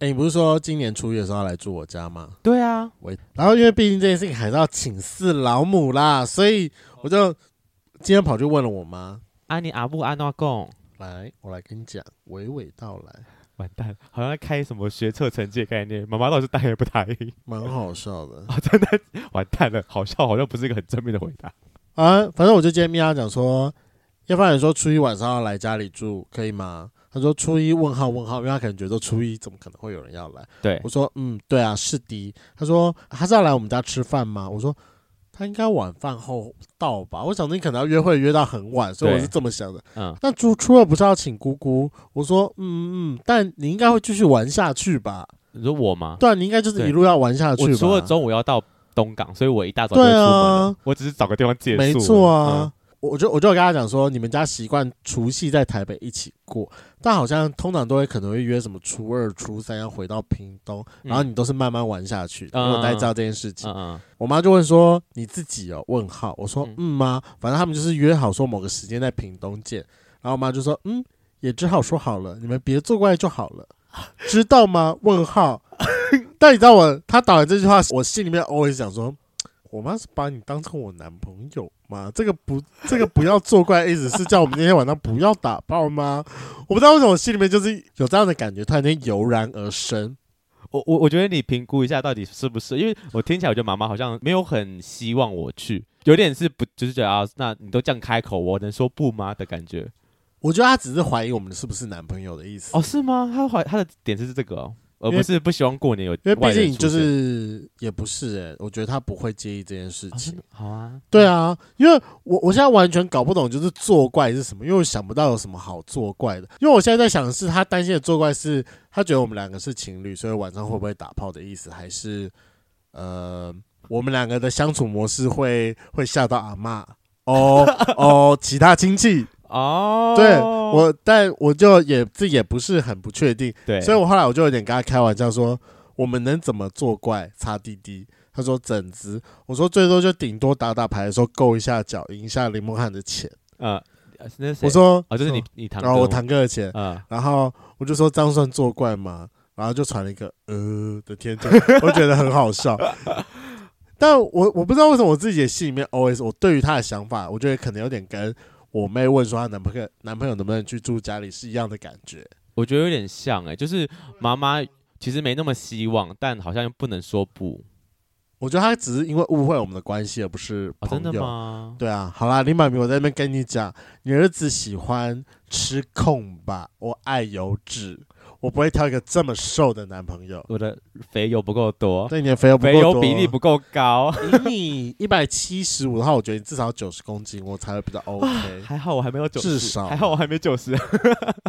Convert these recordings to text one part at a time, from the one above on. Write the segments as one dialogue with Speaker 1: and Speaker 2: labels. Speaker 1: 哎、你不是说今年初一的时候要来住我家吗？
Speaker 2: 对啊，
Speaker 1: 我然后因为毕竟这件事情还是要请示老母啦，所以我就今天跑去问了我妈。
Speaker 2: 安妮啊阿布安诺贡，
Speaker 1: 来，我来跟你讲，娓娓道来，
Speaker 2: 完蛋，好像在开什么学测成绩的概念，妈妈到底是答应还是不答应？
Speaker 1: 蛮好笑的
Speaker 2: 啊，真的完蛋了，好笑好像不是一个很正面的回答。
Speaker 1: 啊。反正我就今天咪她讲说，要不然你说初一晚上要来家里住可以吗？她说初一问号问号，因为她可能觉得初一怎么可能会有人要来。
Speaker 2: 对
Speaker 1: 我，说嗯，对啊，是的。他说他是要来我们家吃饭吗？我说他应该晚饭后到吧。我想你可能要约会约到很晚，所以我
Speaker 2: 对
Speaker 1: 是这么想的。
Speaker 2: 嗯，
Speaker 1: 那初初二不是要请姑姑？我说嗯嗯，但你应该会继续玩下去吧？
Speaker 2: 你说我吗？
Speaker 1: 对啊，你应该就是
Speaker 2: 对
Speaker 1: 一路要玩下去
Speaker 2: 我除了
Speaker 1: 吧。
Speaker 2: 中午要到东港，所以我一大早就会出门了
Speaker 1: 对啊
Speaker 2: 我只是找个地方借宿。
Speaker 1: 没错
Speaker 2: 嗯
Speaker 1: 啊。我就我就有跟他讲说，你们家习惯除夕在台北一起过，但好像通常都会可能会约什么初二、初三要回到屏东，
Speaker 2: 嗯
Speaker 1: 然后你都是慢慢玩下去，因为我大概知道这件事情
Speaker 2: 嗯，。嗯
Speaker 1: 我妈就问说：“你自己哦？”问号。我说
Speaker 2: 嗯：“
Speaker 1: 嗯妈，反正他们就是约好说某个时间在屏东见。”然后我妈就说：“嗯，也只好说好了，你们别作怪就好了，知道吗？”问号。但你知道我，她打完这句话，我心里面 always 想说：“我妈是把你当成我男朋友吗？这个不，这个不要作怪，意思是叫我们今天晚上不要打炮吗？”我不知道为什么我心里面就是有这样的感觉，突然间油然而生。
Speaker 2: 嗯我我我觉得你评估一下到底是不是，因为我听起来我觉得妈妈好像没有很希望我去，有点是不就是觉得啊，那你都这样开口，我能说不吗的感觉？
Speaker 1: 我觉得她只是怀疑我们是不是男朋友的意思。
Speaker 2: 哦，是吗？他怀他的点是这个、哦，而
Speaker 1: 因为
Speaker 2: 不是不希望过年有
Speaker 1: 因为毕
Speaker 2: 外人
Speaker 1: 竟
Speaker 2: 出
Speaker 1: 就
Speaker 2: 现哦
Speaker 1: 是也不是哎、我觉得他不会介意这件事
Speaker 2: 啊真
Speaker 1: 情
Speaker 2: 的。好啊，
Speaker 1: 对啊，因为我我现在完全搞不懂就是作怪是什么，因为我想不到有什么好作怪的。因为我现在在想的是，他担心的作怪是他觉得我们两个是情侣，所以晚上会不会打炮的意思，还是呃我们两个的相处模式会会吓到阿 嬷哦哦其他亲戚。
Speaker 2: 哦，
Speaker 1: 对我，但我就也自己也不是很不确定。
Speaker 2: 对，
Speaker 1: 所以我后来我就有点跟他开玩笑说，我们能怎么作怪擦滴滴？他说整只，我说最多就顶多打打牌的时候够一下脚，赢一下林梦汉的钱。
Speaker 2: 呃，呃那是谁
Speaker 1: 我说嗯
Speaker 2: 哦，就是你，你堂哥
Speaker 1: 然
Speaker 2: 吗，
Speaker 1: 后我堂哥的钱，
Speaker 2: 嗯，
Speaker 1: 然后我就说这样算作怪吗？然后就传了一个呃的天 真，我觉得很好笑。但我我不知道为什么我自己的心里面 always 我对于他的想法，我觉得可能有点跟我妹问说她男朋友男朋友能不能去住家里是一样的感觉。
Speaker 2: 我觉得有点像哎、就是妈妈其实没那么希望，但好像又不能说不
Speaker 1: 我觉得他只是因为误会我们的关系，而不是
Speaker 2: 啊，
Speaker 1: 朋
Speaker 2: 真的
Speaker 1: 友。
Speaker 2: 吗？
Speaker 1: 对啊，好啦，林妈咪，我在那边跟你讲，你儿子喜欢吃控吧，我爱油脂，我不会挑一个这么瘦的男朋友。
Speaker 2: 我的肥油不够多，
Speaker 1: 对你的肥油不够
Speaker 2: 哦肥
Speaker 1: 多，
Speaker 2: 油比例不够高，
Speaker 1: 以你 一百七十五的话，我觉得你至少九十公斤，我才会比 较 OK。
Speaker 2: 还好我还没有九
Speaker 1: 至
Speaker 2: 十，
Speaker 1: 少
Speaker 2: 还好我还没九十。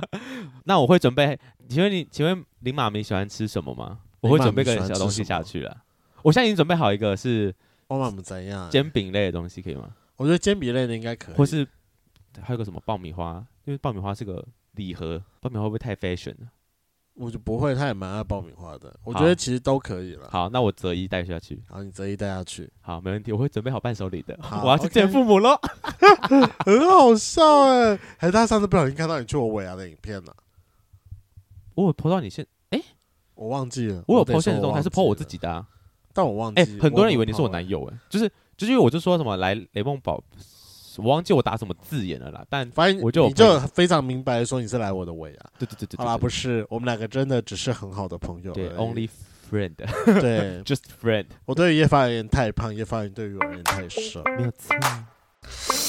Speaker 2: 那我会准备，请问你，请问林妈咪喜欢吃什么吗？我会准备个
Speaker 1: 林妈咪喜欢吃
Speaker 2: 小东
Speaker 1: 什
Speaker 2: 西
Speaker 1: 么
Speaker 2: 下去了。我现在已经准备好一个是
Speaker 1: 我妈妈怎样？
Speaker 2: 煎饼类的东西，可以吗？
Speaker 1: 我觉得煎饼类的应该可以。
Speaker 2: 或是还有个什么爆米花，因为爆米花是个礼盒，爆米花会不会太 fashion 了？
Speaker 1: 我就不会，他也蛮爱爆米花的，我觉
Speaker 2: 好
Speaker 1: 得其实都可以了。
Speaker 2: 好，那我择一带下去。
Speaker 1: 好，你择一带下去，
Speaker 2: 好，没问题，我会准备好伴手礼的。
Speaker 1: 好
Speaker 2: 我要去见
Speaker 1: OK
Speaker 2: 父母喽。
Speaker 1: 很好笑哎、还是他上次不小心看到你去我尾牙的影片呢、
Speaker 2: 我有 po 到你现，
Speaker 1: 我忘记了，
Speaker 2: 我有
Speaker 1: 得
Speaker 2: po
Speaker 1: 说
Speaker 2: 现实动态，
Speaker 1: 忘
Speaker 2: 哦
Speaker 1: 记
Speaker 2: 是 po 我自
Speaker 1: 了，
Speaker 2: 己的啊。
Speaker 1: 但我忘记
Speaker 2: 哎、
Speaker 1: 了。
Speaker 2: 很多人以
Speaker 1: 有
Speaker 2: 为你是我男友哎、就是就是因为我就说什么来雷梦宝，我忘记我打什么字眼了啦。但
Speaker 1: 反正
Speaker 2: 我就有
Speaker 1: 你就非常明白地说你是来我的尾啊。
Speaker 2: 对对对对，
Speaker 1: 好啦，不
Speaker 2: 是
Speaker 1: 是，我们两个真的只是很好的朋友而已。
Speaker 2: 对，only friend，just
Speaker 1: 对
Speaker 2: friend，
Speaker 1: 我对于叶发言太胖，叶发言对于我而言太瘦。
Speaker 2: 没有错。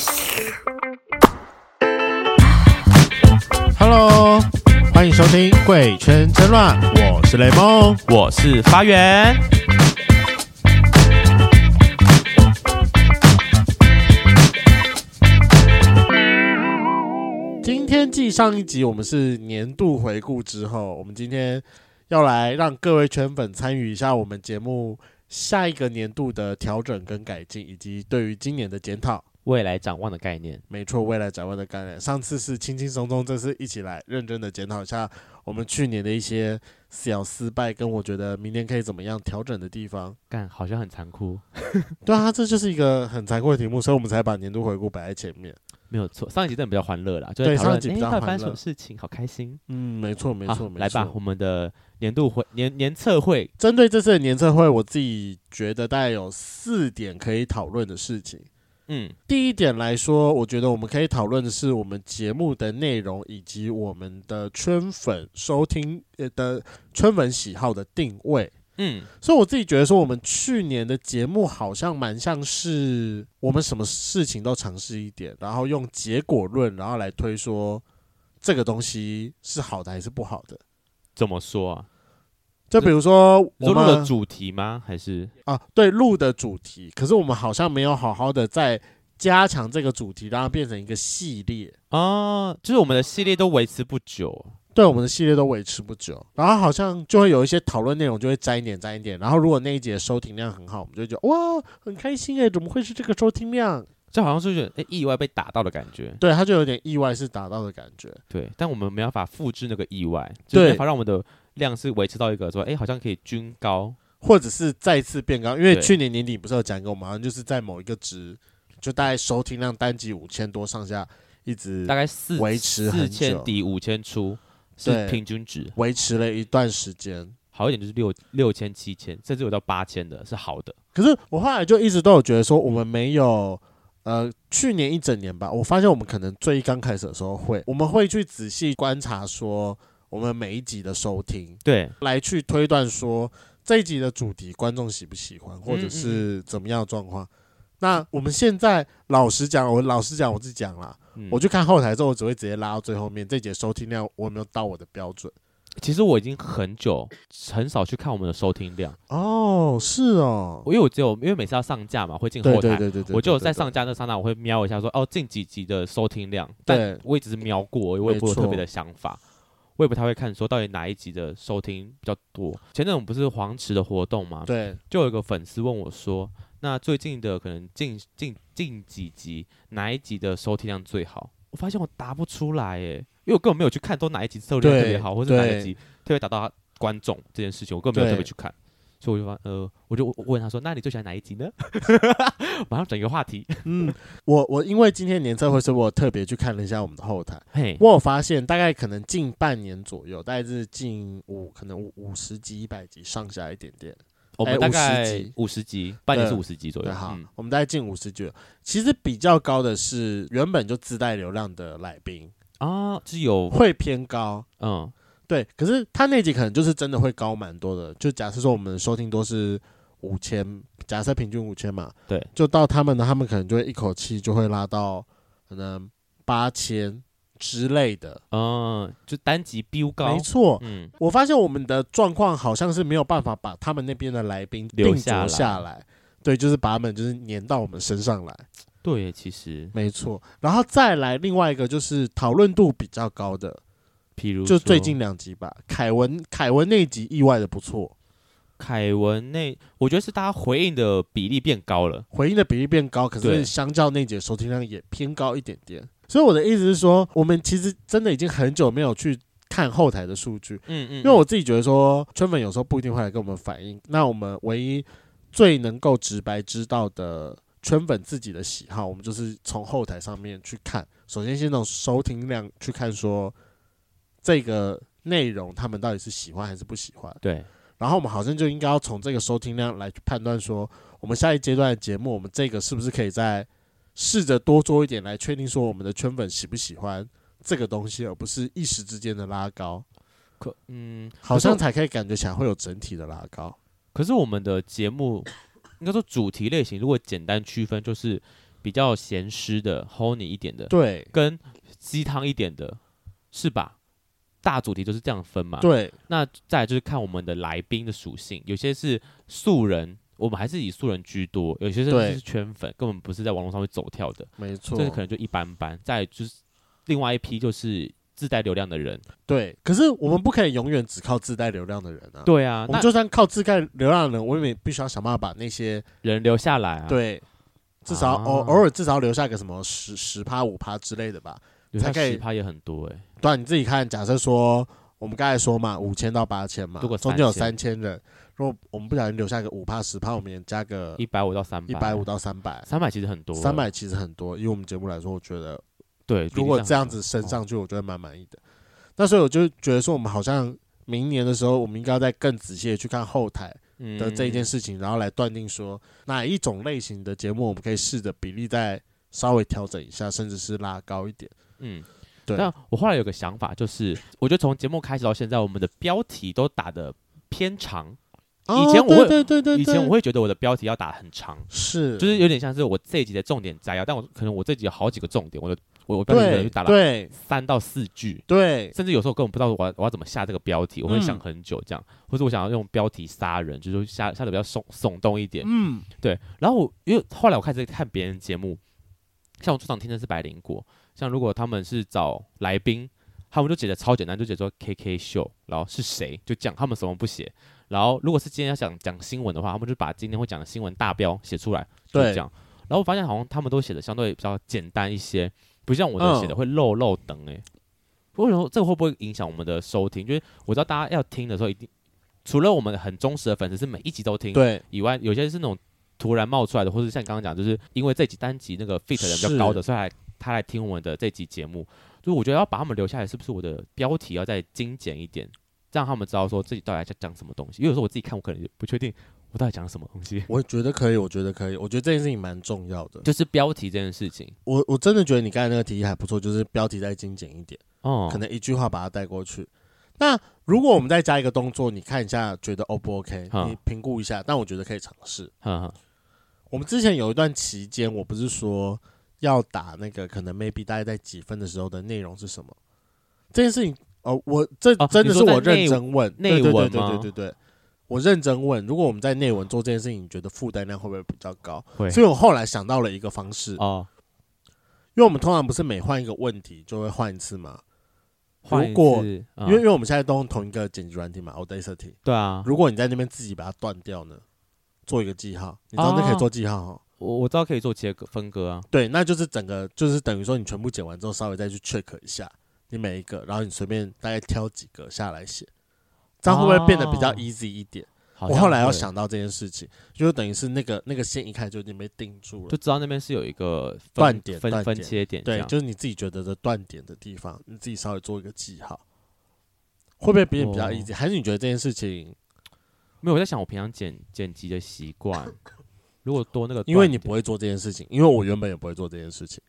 Speaker 1: Hello，欢迎收听《贵圈争乱》，我是雷梦。
Speaker 2: 我是发源，
Speaker 1: 今天继上一集我们是年度回顾之后，我们今天要来让各位圈粉参与一下我们节目下一个年度的调整跟改进，以及对于今年的检讨。
Speaker 2: 未来展望的概念。
Speaker 1: 没错，未来展望的概念，上次是轻轻松松，这次一起来认真的检讨一下我们去年的一些小失败，跟我觉得明年可以怎么样调整的地方。
Speaker 2: 干，好像很残酷，
Speaker 1: 对啊，这就是一个很残酷的题目，所以我们才把年度回顾摆在前面。
Speaker 2: 没有错。上一集真的比较欢乐啦，就
Speaker 1: 对
Speaker 2: 在讨论
Speaker 1: 上一集比较
Speaker 2: 诶到底发
Speaker 1: 欢
Speaker 2: 生什
Speaker 1: 乐
Speaker 2: 么事情，好开心。
Speaker 1: 嗯，没错，没
Speaker 2: 好
Speaker 1: 错，没错。
Speaker 2: 来吧，我们的年度会年年测会，
Speaker 1: 针对这次的年测会，我自己觉得大概有四点可以讨论的事情。
Speaker 2: 嗯，
Speaker 1: 第一点来说，我觉得我们可以讨论的是我们节目的内容以及我们的圈粉收听呃的圈粉喜好的定位。
Speaker 2: 嗯，
Speaker 1: 所以我自己觉得说，我们去年的节目好像蛮像是我们什么事情都尝试一点，然后用结果论，然后来推说这个东西是好的还是不好的。
Speaker 2: 怎么说啊？
Speaker 1: 就比如说
Speaker 2: 你说
Speaker 1: 我们
Speaker 2: 录了主题吗？还是
Speaker 1: 啊，对录的主题，可是我们好像没有好好的在加强这个主题，让它变成一个系列。
Speaker 2: 啊，就是我们的系列都维持不久，
Speaker 1: 对我们的系列都维持不久，然后好像就会有一些讨论内容就会沾一点沾一点，然后如果那一节收听量很好，我们就会觉得哇很开心哎，怎么会是这个收听量？
Speaker 2: 就好像是有点诶意外被打到的感觉。
Speaker 1: 对，他就有点意外是达到的感觉。
Speaker 2: 对，但我们没办法复制那个意外，就是没
Speaker 1: 对
Speaker 2: 办法让我们的量是维持到一个说，哎，好像可以均高。
Speaker 1: 或者是再次变高，因为
Speaker 2: 对
Speaker 1: 去年年底不是有讲给我们，好像就是在某一个值，就大概收听量单集五千多上下，一直
Speaker 2: 大概四
Speaker 1: 维持很
Speaker 2: 四
Speaker 1: 久
Speaker 2: 千抵五千出
Speaker 1: 对
Speaker 2: 是平均值，
Speaker 1: 维持了一段时间。
Speaker 2: 好一点就是六六千七千，甚至有到八千的是好的。
Speaker 1: 可是我后来就一直都有觉得说，我们没有，呃，去年一整年吧，我发现我们可能最刚开始的时候会，我们会去仔细观察说我们每一集的收听，
Speaker 2: 对，
Speaker 1: 来去推断说这一集的主题观众喜不喜欢，或者
Speaker 2: 嗯
Speaker 1: 是怎么样的状况。那我们现在老实讲，我老实讲我自己讲啦，
Speaker 2: 嗯
Speaker 1: 我去看后台之后，我只会直接拉到最后面，这节收听量我有没有到我的标准？
Speaker 2: 其实我已经很久很少去看我们的收听量，
Speaker 1: 哦，是哦，
Speaker 2: 因为我只有因为每次要上架嘛，会进后
Speaker 1: 对
Speaker 2: 台，
Speaker 1: 对对对对，
Speaker 2: 我就有
Speaker 1: 对
Speaker 2: 在上架那刹那，我会瞄一下说哦近几集的收听量，
Speaker 1: 对
Speaker 2: 但我也只是瞄过，我也不会
Speaker 1: 没
Speaker 2: 有
Speaker 1: 错
Speaker 2: 特别的想法，我也不太会看说到底哪一集的收听比较多。前阵我们不是黄池的活动嘛，
Speaker 1: 对
Speaker 2: 就有一个粉丝问我说，那最近的可能近近近几集哪一集的收听量最好？我发现我答不出来诶，因为我根本没有去看都哪一集收听量特别好，
Speaker 1: 对
Speaker 2: 或者哪
Speaker 1: 对
Speaker 2: 一集特别打到观众这件事情，我根本没有特别
Speaker 1: 对
Speaker 2: 去看。所以我就发呃，我就我问他说：“那你最喜欢哪一集呢？” 马上转一个话题。
Speaker 1: 嗯，我我因为今天年测会，所以我特别去看了一下我们的后台。
Speaker 2: 嘿，
Speaker 1: 我有发现，大概可能近半年左右，大概是近五可能五五十集、一百集上下一点点。
Speaker 2: 我
Speaker 1: 哎
Speaker 2: 们大
Speaker 1: 50
Speaker 2: 概
Speaker 1: 集
Speaker 2: 五十集，半年是
Speaker 1: 对
Speaker 2: 五十集左
Speaker 1: 对，
Speaker 2: 右。
Speaker 1: 好，
Speaker 2: 嗯
Speaker 1: 我们大概近五十集。其实比较高的是原本就自带流量的来宾
Speaker 2: 啊，是有
Speaker 1: 会偏高，
Speaker 2: 嗯
Speaker 1: 对。可是他那集可能就是真的会高蛮多的。就假设说我们收听多是五千，假设平均五千嘛，
Speaker 2: 对，
Speaker 1: 就到他们呢，他们可能就会一口气就会拉到可能八千之类的。
Speaker 2: 嗯，就单集飙高
Speaker 1: 没，错，
Speaker 2: 嗯，
Speaker 1: 我发现我们的状况好像是没有办法把他们那边的来宾定
Speaker 2: 留
Speaker 1: 着
Speaker 2: 下来
Speaker 1: 下来，对，就是把他们就是粘到我们身上来，
Speaker 2: 对耶，其实
Speaker 1: 没错。然后再来另外一个就是讨论度比较高的，
Speaker 2: 譬如
Speaker 1: 就
Speaker 2: 说
Speaker 1: 最近两集吧，凯文凯文那一集意外的不错，
Speaker 2: 凯文那，我觉得是大家回应的比例变高了。
Speaker 1: 回应的比例变高，可是
Speaker 2: 对
Speaker 1: 相较那节收听量也偏高一点点。所以我的意思是说，我们其实真的已经很久没有去看后台的数据，
Speaker 2: 嗯嗯，
Speaker 1: 因为我自己觉得说，圈粉有时候不一定会来跟我们反映。那我们唯一最能够直白知道的圈粉自己的喜好，我们就是从后台上面去看。首先先从收听量去看，说这个内容他们到底是喜欢还是不喜欢。
Speaker 2: 对
Speaker 1: 然后我们好像就应该要从这个收听量来去判断说，我们下一阶段的节目，我们这个是不是可以再试着多做一点，来确定说我们的圈粉喜不喜欢这个东西，而不是一时之间的拉高。
Speaker 2: 可嗯，
Speaker 1: 好
Speaker 2: 可是
Speaker 1: 像
Speaker 2: 我
Speaker 1: 才可以感觉起来会有整体的拉高。
Speaker 2: 可是我们的节目应该说主题类型，如果简单区分，就是比较咸湿的、honey 一点的，
Speaker 1: 对
Speaker 2: 跟鸡汤一点的，是吧？大主题都是这样分嘛？
Speaker 1: 对
Speaker 2: 那再来就是看我们的来宾的属性，有些是素人，我们还是以素人居多；有些甚
Speaker 1: 对
Speaker 2: 至是圈粉，根本不是在网络上会走跳的，
Speaker 1: 没错
Speaker 2: 这，可能就一般般。再来就是另外一批就是自带流量的人。
Speaker 1: 对，可是我们不可以永远只靠自带流量的人啊。，
Speaker 2: 对啊，
Speaker 1: 我
Speaker 2: 那
Speaker 1: 们就算靠自带流量的人，我们也必须要想办法把那些
Speaker 2: 人留下来啊，，
Speaker 1: 对，至少
Speaker 2: 啊
Speaker 1: 偶偶尔至少留下个什么十十趴五趴之类的吧。
Speaker 2: 留下
Speaker 1: 才可以
Speaker 2: 十趴也很多哎、
Speaker 1: 对啊、你自己看，假设说我们刚才说嘛，五千到八千嘛，
Speaker 2: 如果
Speaker 1: 中间有
Speaker 2: 3000
Speaker 1: 三千人，如果我们不小心留下个五趴十趴，我们也加个
Speaker 2: 一百五到三百，
Speaker 1: 一百五到三百，
Speaker 2: 三百其实很多了，
Speaker 1: 三百其实很多。以我们节目来说，我觉得
Speaker 2: 对，比例
Speaker 1: 如果
Speaker 2: 上
Speaker 1: 这样
Speaker 2: 很多
Speaker 1: 子升上去，我觉得蛮满意的。那所以我就觉得说，我们好像明年的时候，我们应该要再更仔细的去看后台的这一件
Speaker 2: 事，
Speaker 1: 事情，然后来断定说哪一种类型的节目，我们可以试着比例再稍微调整一下，甚至是拉高一点。
Speaker 2: 嗯，
Speaker 1: 对，
Speaker 2: 但我后来有个想法，就是我觉得从节目开始到现在，我们的标题都打的偏长。
Speaker 1: 哦
Speaker 2: 以前我会
Speaker 1: 对对对对，
Speaker 2: 以前我
Speaker 1: 会
Speaker 2: 会觉得我的标题要打很长，
Speaker 1: 是
Speaker 2: 就是有点像是我这一集的重点摘要，但我可能我这集有好几个重点，我的我我标题可能
Speaker 1: 对
Speaker 2: 就打了
Speaker 1: 对
Speaker 2: 三到四句，
Speaker 1: 对
Speaker 2: 甚至有时候根本不知道我要我要怎么下这个标题，我会
Speaker 1: 嗯
Speaker 2: 想很久这样，或者我想要用标题杀人，就是下下的比较耸耸动一点，
Speaker 1: 嗯
Speaker 2: 对。然后我因为后来我开始看别人节目，像我最常听的是百灵果，像如果他们是找来宾，他们就写的超简单，就写说 KK 秀，然后是谁就讲，他们什么不写。然后如果是今天要想讲新闻的话，他们就把今天会讲的新闻大标写出来，就
Speaker 1: 对
Speaker 2: 这样。然后我发现好像他们都写的相对比较简单一些，不像我的
Speaker 1: 嗯
Speaker 2: 写的会漏漏等哎、欸。我想说这个会不会影响我们的收听？就是我知道大家要听的时候，一定除了我们很忠实的粉丝是每一集都听，
Speaker 1: 对
Speaker 2: 以外，有些是那种突然冒出来的，或者像刚刚讲，就是因为这集单集那个 fit 的人比较
Speaker 1: 是
Speaker 2: 高的，所以他来他来听我们的这集节目。就是我觉得要把他们留下来，是不是我的标题要再精简一点，让他们知道说自己到底在讲什么东西？因为有时候我自己看，我可能也不确定我到底讲什么 东西。
Speaker 1: 我觉得可以，我觉得可以，我觉得这件事情蛮重要的。
Speaker 2: 就是标题这件事情，
Speaker 1: 我我真的觉得你刚才那个提议还不错，就是标题再精简一点，
Speaker 2: 哦，
Speaker 1: 可能一句话把它带过去。那如果我们再加一个动作，你看一下，觉得 O 不 OK？
Speaker 2: 嗯
Speaker 1: 你评估一下，但我觉得可以尝试。
Speaker 2: 哈哈，
Speaker 1: 我们之前有一段期间，我不是说要打那个可能 maybe 大概在几分的时候的内容是什么？这件事情，哦，我这
Speaker 2: 哦
Speaker 1: 真的是
Speaker 2: 你说在
Speaker 1: 我认
Speaker 2: 内
Speaker 1: 真问，
Speaker 2: 内
Speaker 1: 对对对
Speaker 2: 文
Speaker 1: 对
Speaker 2: 吗
Speaker 1: 对对对，我认真问。如果我们在内文做这件事情，你觉得负担量会不会比较高？
Speaker 2: 会
Speaker 1: 所以我后来想到了一个方式，
Speaker 2: 哦，
Speaker 1: 因为我们通常不是每换一个问题就会换一次嘛，
Speaker 2: 换一
Speaker 1: 如果
Speaker 2: 次嗯
Speaker 1: 因为因为我们现在都用同一个剪辑软体嘛，Audacity。
Speaker 2: 对啊，
Speaker 1: 如果你在那边自己把它断掉呢，做一个记号，你知道那可以做记号哦。
Speaker 2: 我我知道可以做切割分割啊，
Speaker 1: 对，那就是整个就是等于说你全部剪完之后，稍微再去 check 一下你每一个，然后你随便大概挑几个下来写，这样会不会变得比较
Speaker 2: 哦
Speaker 1: easy 一点？
Speaker 2: 好
Speaker 1: 我
Speaker 2: 像
Speaker 1: 后来要
Speaker 2: 会
Speaker 1: 想到这件事情，就等于是那个那个线一看就已经被定住了
Speaker 2: 就。知道那边是有一个分
Speaker 1: 断点
Speaker 2: 分
Speaker 1: 断
Speaker 2: 分
Speaker 1: 点
Speaker 2: 切点这
Speaker 1: 对，
Speaker 2: 样，
Speaker 1: 就是你自己觉得的断点的地方，你自己稍微做一个记号，会不会变得比较
Speaker 2: 哦
Speaker 1: easy？、还是你觉得这件事情，
Speaker 2: 没有，我在想我平常剪剪辑的习 惯，如果多那个断点，
Speaker 1: 因为你不会做这件事情，因为我原本也不会做这件事情。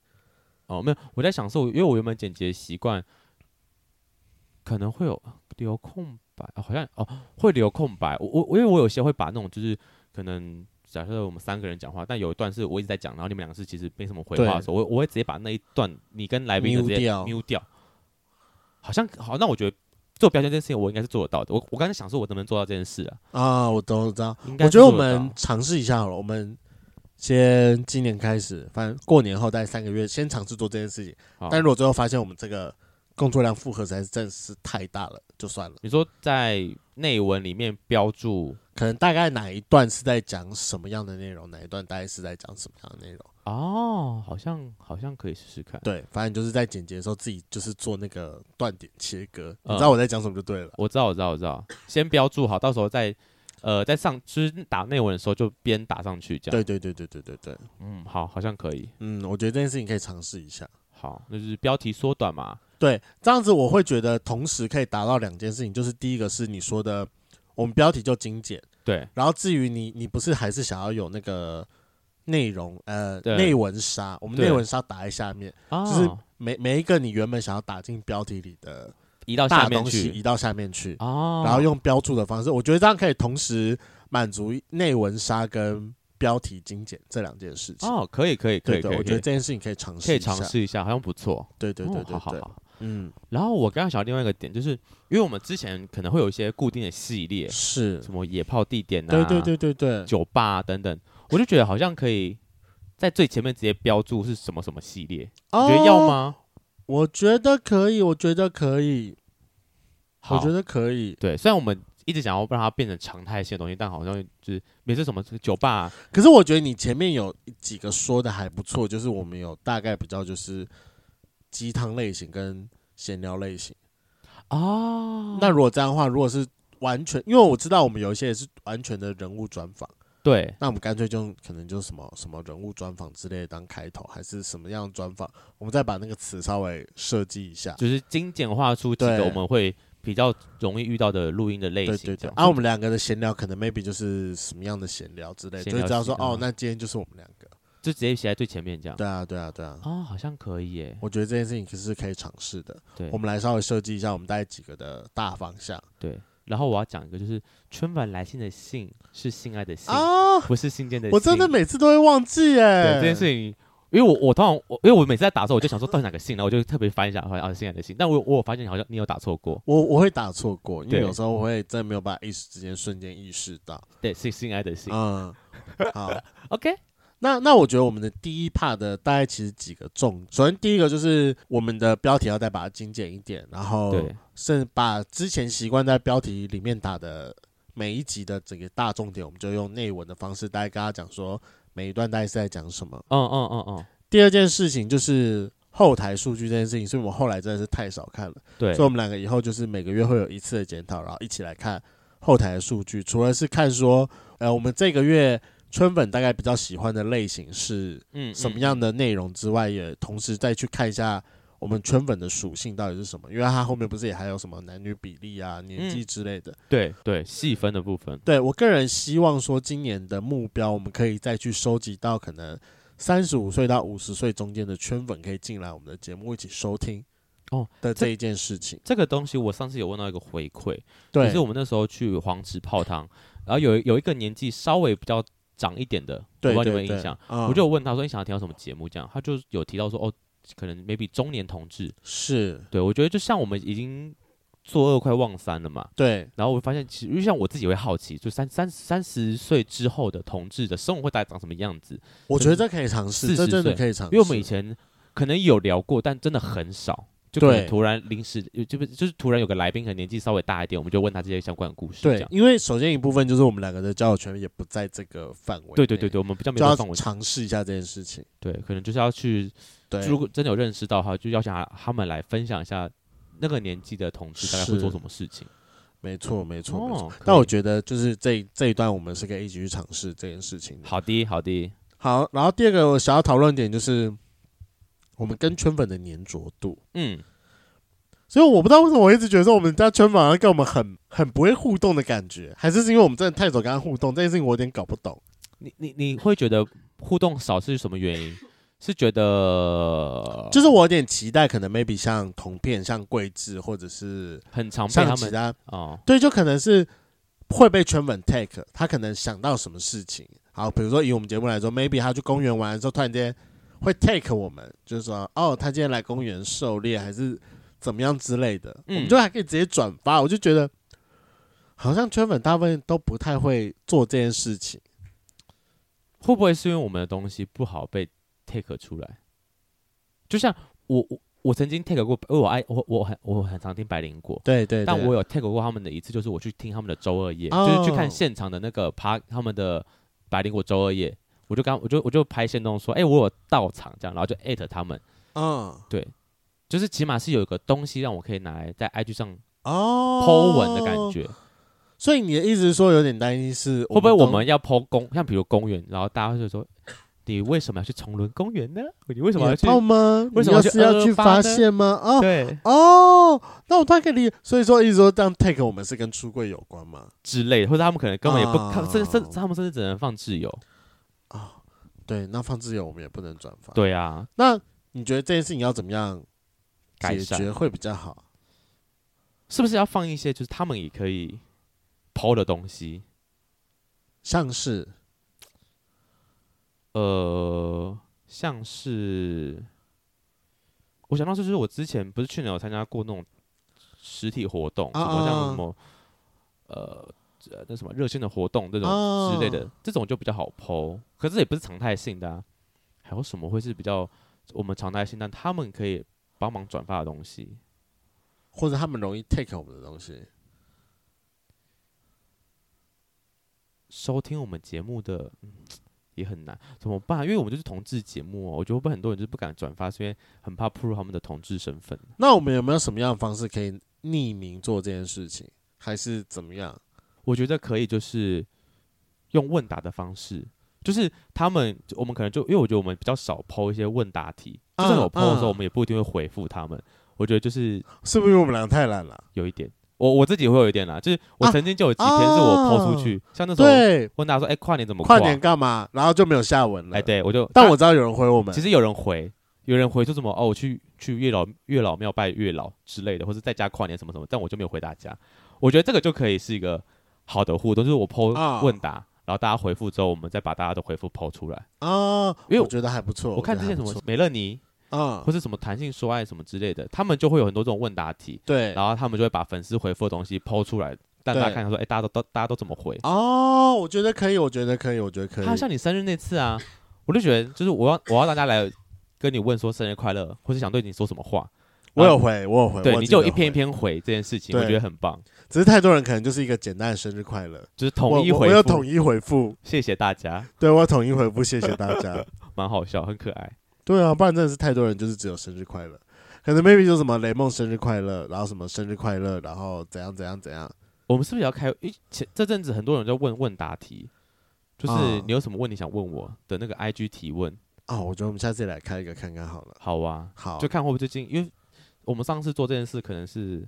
Speaker 2: 哦，没有，我在想说，因为我原本剪辑的习惯可能会有哦留空白，哦好像哦会留空白。我我因为我有些会把那种就是可能假设我们三个人讲话，但有一段是我一直在讲，然后你们两个是其实没什么回话的
Speaker 1: 对
Speaker 2: 时候，我我会直接把那一段你跟来宾的
Speaker 1: mute
Speaker 2: 直接
Speaker 1: 掉
Speaker 2: mute 掉。好像好，那我觉得做标签这件事情我应该是做得到的。我我刚才想说，我能不能做到这件事啊？
Speaker 1: 啊，我懂，我知道。
Speaker 2: 应该
Speaker 1: 我
Speaker 2: 是
Speaker 1: 觉得我
Speaker 2: 做得
Speaker 1: 们
Speaker 2: 到
Speaker 1: 尝试一下好了，我们先今年开始，反正过年后大概三个月，先尝试做这件事情。
Speaker 2: 好
Speaker 1: 但如果最后发现我们这个工作量负荷实在是真的是太大了，就算了。
Speaker 2: 你说在内文里面标注
Speaker 1: 可能大概哪一段是在讲什么样的内容，哪一段大概是在讲什么样的内容。
Speaker 2: 哦，好像好像可以试试看。
Speaker 1: 对，反正就是在剪辑的时候自己就是做那个断点切割，
Speaker 2: 嗯
Speaker 1: 你知道我在讲什么就对了。
Speaker 2: 我知道，我知道，我知道，先标注好，到时候再呃再上，就是打内文的时候就边打上去这样。
Speaker 1: 对对对对对对对，
Speaker 2: 嗯，好，好像可以。
Speaker 1: 嗯，我觉得这件事情可以尝试一下。
Speaker 2: 好，那就是标题缩短嘛。
Speaker 1: 对，这样子我会觉得同时可以达到两件事情，就是第一个是你说的，我们标题就精简，
Speaker 2: 对，
Speaker 1: 然后至于你你不是还是想要有那个内容呃
Speaker 2: 对
Speaker 1: 内文杀，我们
Speaker 2: 对
Speaker 1: 内文杀打在下面，
Speaker 2: 啊，
Speaker 1: 就是每每一个你原本想要打进标题里的
Speaker 2: 移到
Speaker 1: 大
Speaker 2: 下面
Speaker 1: 东西
Speaker 2: 去
Speaker 1: 移到下面去，
Speaker 2: 哦，
Speaker 1: 然后用标注的方式，我觉得这样可以同时满足内文杀跟标题精简这两件事情。
Speaker 2: 哦，可以，可以，可
Speaker 1: 对
Speaker 2: 以，可
Speaker 1: 对，
Speaker 2: 以，
Speaker 1: 我觉
Speaker 2: 可
Speaker 1: 得
Speaker 2: 以
Speaker 1: 这件事情可以尝试，
Speaker 2: 可以尝。试一下，好像不错。
Speaker 1: 对对对
Speaker 2: 哦
Speaker 1: 对
Speaker 2: 好好
Speaker 1: 对，
Speaker 2: 好。
Speaker 1: 嗯，
Speaker 2: 然后我刚刚想到另外一个点，就是因为我们之前可能会有一些固定的系列，
Speaker 1: 是，
Speaker 2: 什么野炮地点啊，
Speaker 1: 对对对对对，
Speaker 2: 酒吧、等等，我就觉得好
Speaker 1: 哦
Speaker 2: 像可以在最前面直接标注是什么什么系列，你觉得要？吗？
Speaker 1: 我觉得可以，我觉得可以，
Speaker 2: 好，
Speaker 1: 我觉得可以。
Speaker 2: 对，虽然我们一直想要让它变成常态性的东西，但好像就是每次什么酒吧啊、
Speaker 1: 可是我觉得你前面有几个说的还不错，就是我们有大概比较就是鸡汤类型跟闲聊类型。
Speaker 2: 哦
Speaker 1: 那如果这样的话，如果是完全，因为我知道我们有一些也是完全的人物专访，
Speaker 2: 对
Speaker 1: 那我们干脆就可能就什么什么人物专访之类的当开头，还是什么样的专访，我们再把那个词稍微设计一下。
Speaker 2: 就是精简化出几个
Speaker 1: 对
Speaker 2: 我们会比较容易遇到的录音的类
Speaker 1: 对
Speaker 2: 型
Speaker 1: 对
Speaker 2: 这
Speaker 1: 对，
Speaker 2: 样。
Speaker 1: 啊，我们两个的闲聊可能 maybe 就是什么样的闲聊之类，
Speaker 2: 闲
Speaker 1: 就
Speaker 2: 聊啊
Speaker 1: 是知道说
Speaker 2: 闲聊
Speaker 1: 哦，那今天就是我们两个。
Speaker 2: 就直接写在最前面这样。
Speaker 1: 对啊，对啊，对啊，
Speaker 2: 哦，好像可以耶。
Speaker 1: 我觉得这件事情可是可以尝试的。
Speaker 2: 对
Speaker 1: 我们来稍微设计一下我们大概几个的大方向
Speaker 2: 对，然后我要讲一个，就是春晚来信的信是性爱的信，
Speaker 1: 啊！
Speaker 2: 不是信件的信。
Speaker 1: 我真的每次都会忘记
Speaker 2: 对
Speaker 1: 哎，
Speaker 2: 嗯这件事情。因为我我通常我因为我每次在打的时候，我就想说到底哪个信，然后我就特别翻一下，好像啊性爱的信。但我我有发现好像你有打错过，
Speaker 1: 我我会打错过，因为
Speaker 2: 对
Speaker 1: 有时候我会真的没有办法一时之间瞬间意识到。
Speaker 2: 对，是性爱的信。
Speaker 1: 嗯，好，
Speaker 2: 哦 OK，
Speaker 1: 那那我觉得我们的第一 part 的大概其实几个重，首先第一个就是我们的标题要再把它精简一点，然后
Speaker 2: 对
Speaker 1: 甚至把之前习惯在标题里面打的每一集的整个大重点，我们就用内文的方式大概跟他讲说每一段大概是在讲什么。
Speaker 2: 嗯嗯嗯嗯，
Speaker 1: 第二件事情就是后台数据这件事情，是我们后来真的是太少看了，
Speaker 2: 对
Speaker 1: 所以我们两个以后就是每个月会有一次的检讨，然后一起来看后台的数据，除了是看说，呃，我们这个月春粉大概比较喜欢的类型是
Speaker 2: 嗯
Speaker 1: 什么
Speaker 2: 嗯
Speaker 1: 样的内容之外，也同时再去看一下我们春粉的属性到底是什么，因为它后面不是也还有什么男女比例啊、
Speaker 2: 嗯
Speaker 1: 年纪之类的。
Speaker 2: 对对细分的部分，
Speaker 1: 对我个人希望说，今年的目标我们可以再去收集到可能三十五岁到五十岁中间的圈粉可以进来我们的节目一起收听
Speaker 2: 哦
Speaker 1: 的
Speaker 2: 这
Speaker 1: 这一件事情。
Speaker 2: 这个东西我上次有问到一个回馈，
Speaker 1: 对
Speaker 2: 就是，我们那时候去黄池泡汤，然后有有一个年纪稍微比较长一点的，
Speaker 1: 对
Speaker 2: 我不知道
Speaker 1: 对对，
Speaker 2: 你们有印象，
Speaker 1: 嗯
Speaker 2: 我就有问他说你想要听到什么节目，这样他就有提到说哦，可能 maybe 中年同志，
Speaker 1: 是
Speaker 2: 对我觉得就像我们已经做二快忘三了嘛，
Speaker 1: 对
Speaker 2: 然后我发现其实因为像我自己会好奇，就三三三十岁之后的同志的生活会大概长什么样子，
Speaker 1: 我觉得这可以尝试，
Speaker 2: 40
Speaker 1: 这嗯真的
Speaker 2: 岁
Speaker 1: 可以尝试，
Speaker 2: 因为我们以前可能有聊过，但真的很少。就可能
Speaker 1: 对
Speaker 2: 突然临时，就不就是突然有个来宾，可能年纪稍微大一点，我们就问他这些相关的故事。这
Speaker 1: 对
Speaker 2: 样，
Speaker 1: 因为首先一部分就是我们两个的交友圈也不在这个范围，
Speaker 2: 对对对，对，我们比较没
Speaker 1: 就
Speaker 2: 有
Speaker 1: 要
Speaker 2: 范围
Speaker 1: 尝试一下这件事情。
Speaker 2: 对，可能就是要去，
Speaker 1: 对，
Speaker 2: 如果真的有认识到的话，就要想他们来分享一下那个年纪的同志大概会
Speaker 1: 是
Speaker 2: 做什么事情。
Speaker 1: 没错没错没错。
Speaker 2: 哦，
Speaker 1: 但我
Speaker 2: 可
Speaker 1: 觉得就是这这一段我们是可以一起去尝试这件事情
Speaker 2: 以
Speaker 1: 的。
Speaker 2: 好的好的，
Speaker 1: 好，然后第二个我想要讨论点就是我们跟圈粉的粘着度，
Speaker 2: 嗯，
Speaker 1: 所以我不知道为什么我一直觉得说我们家圈粉好像跟我们很很不会互动的感觉，还是是因为我们真的太早跟他互动，这件事情我有点搞不懂。
Speaker 2: 你你你会觉得互动少是什么原因？是觉得
Speaker 1: 就是我有点期待，可能 maybe 像同片、像桂智或者是
Speaker 2: 很常被
Speaker 1: 像
Speaker 2: 他
Speaker 1: 其
Speaker 2: 们
Speaker 1: 他，
Speaker 2: 哦，
Speaker 1: 对，就可能是会被圈粉 take，他可能想到什么事情，好，比如说以我们节目来说，maybe 他去公园玩的时候，突然间会 take 我们，就是说哦，他今天来公园狩猎还是怎么样之类的，
Speaker 2: 嗯
Speaker 1: 我们就还可以直接转发，我就觉得好像圈粉大部分都不太会做这件事情，
Speaker 2: 会不会是因为我们的东西不好被 take 出来？就像我我我曾经 take 过，因为我爱我我很我很常听百灵果，
Speaker 1: 对对
Speaker 2: 但我有 take 过他们的一次，就是我去听他们的周二夜，
Speaker 1: 哦
Speaker 2: 就是去看现场的那个趴他们的百灵果周二夜，我就刚我就我就拍线动说，哎、我有到场这样，然后就艾特他们，
Speaker 1: 嗯
Speaker 2: 对，就是起码是有一个东西让我可以拿来在 IG 上
Speaker 1: 哦
Speaker 2: po 文的感，觉，
Speaker 1: 所以你的意思是说有点担心是
Speaker 2: 会不会
Speaker 1: 都
Speaker 2: 我们要 po 公，像比如公园，然后大家就说，你为什么要去崇伦公园呢？你为什么要
Speaker 1: 有
Speaker 2: 去？
Speaker 1: 泡吗？
Speaker 2: 为什
Speaker 1: 你
Speaker 2: 么要
Speaker 1: 要
Speaker 2: 去
Speaker 1: 是要去
Speaker 2: 228
Speaker 1: 发
Speaker 2: 呢
Speaker 1: 现吗？哦，
Speaker 2: 对
Speaker 1: 哦，那我大概可以理解，所以说一直说这样 take 我们是跟出柜有关吗？
Speaker 2: 之类的，或者他们可能根本也不，
Speaker 1: 啊
Speaker 2: 他们甚甚他们甚至只能放自由。
Speaker 1: 啊、对，那放自由我们也不能转发。，
Speaker 2: 对啊，
Speaker 1: 那你觉得这件事情要怎么样
Speaker 2: 改
Speaker 1: 解
Speaker 2: 善
Speaker 1: 决会比较好？
Speaker 2: 是不是要放一些就是他们也可以 PO 的东西？
Speaker 1: 像是
Speaker 2: 呃，像是我想到就是我之前不是去年有参加过那种实体活动，
Speaker 1: 啊
Speaker 2: 什么
Speaker 1: 啊
Speaker 2: 像
Speaker 1: 啊
Speaker 2: 什么呃呃那什么热线的活动这种
Speaker 1: 啊
Speaker 2: 之类的，这种就比较好 PO，可是也不是常态性的、啊。还有什么会是比较我们常态性，但他们可以帮忙转发的东西。
Speaker 1: 或者他们容易 take 我们的东西，
Speaker 2: 收听我们节目的、嗯也很难，怎么办？因为我们就是同志节目、哦，我觉得会不会很多人就是不敢转发，是因为很怕暴露他们的同志身份。
Speaker 1: 那我们有没有什么样的方式可以匿名做这件事情，还是怎么样？
Speaker 2: 我觉得可以，就是用问答的方式，就是他们我们可能就因为我觉得我们比较少抛一些问答题，就算
Speaker 1: 嗯
Speaker 2: 有抛的时候，
Speaker 1: 嗯
Speaker 2: 我们也不一定会回复他们。我觉得就是
Speaker 1: 啊是不是因为我们两个太懒了？
Speaker 2: 有一点，我我自己会有一点啦，就是我
Speaker 1: 啊哦
Speaker 2: 曾经就有几天是我抛出去，像那时候
Speaker 1: 对，
Speaker 2: 问答说，哎、跨年怎么
Speaker 1: 跨
Speaker 2: 跨
Speaker 1: 年干嘛？然后就没有下文了。
Speaker 2: 哎，，对我就，
Speaker 1: 但我知道有人回我们
Speaker 2: 其，实有人回，有人回说什么哦，我去去月老月老庙拜月老之类的，或者在家跨年什么什么，但我就没有回大家。我觉得这个就可以是一个好的互动，就是我
Speaker 1: 啊
Speaker 2: PO 问答，然后大家回复之后，我们再把大家的回复 PO 出来。
Speaker 1: 啊，
Speaker 2: 因为
Speaker 1: 我觉得还不错。
Speaker 2: 我看
Speaker 1: 觉
Speaker 2: 之
Speaker 1: 得还
Speaker 2: 前什
Speaker 1: 不
Speaker 2: 么
Speaker 1: 错
Speaker 2: 美乐妮
Speaker 1: 啊
Speaker 2: 或，是什么弹性说爱什么之类的，他们就会有很多这种问答题，
Speaker 1: 对，
Speaker 2: 然后他们就会把粉丝回复的东西 PO 出来，让大家
Speaker 1: 对
Speaker 2: 看看说，哎，大家都都大家都怎么回？
Speaker 1: 哦，我觉得可以，我觉得可以，我觉得可以。
Speaker 2: 还有像你生日那次啊，我就觉得就是我要我要大家来跟你问说生日快乐，或是想对你说什么话。啊
Speaker 1: 我有回，我有回，
Speaker 2: 对，
Speaker 1: 我
Speaker 2: 你
Speaker 1: 记得
Speaker 2: 就一篇一
Speaker 1: 回，
Speaker 2: 篇回这件事情，
Speaker 1: 对
Speaker 2: 我觉得很棒，
Speaker 1: 只是太多人可能就是一个简单的生日快乐，
Speaker 2: 就是统一
Speaker 1: 我我
Speaker 2: 回
Speaker 1: 我
Speaker 2: 复，
Speaker 1: 有统一回复，
Speaker 2: 谢谢大家，
Speaker 1: 对我有统一回复，谢谢大 家。
Speaker 2: 蛮好笑，很可爱。
Speaker 1: 对啊，不然真的是太多人就是只有生日快乐，可能 maybe 就什么雷梦生日快乐，然后什么生日快乐，然后怎样怎样怎样。
Speaker 2: 我们是不是也要开？诶，前这阵子很多人在问问答题，就是
Speaker 1: 嗯
Speaker 2: 你有什么问题想问我的那个 IG 提问，
Speaker 1: 哦，我觉得我们下次也来开一个看看好了。
Speaker 2: 好啊，
Speaker 1: 好，
Speaker 2: 就看会不会最近，因为我们上次做这件事可能是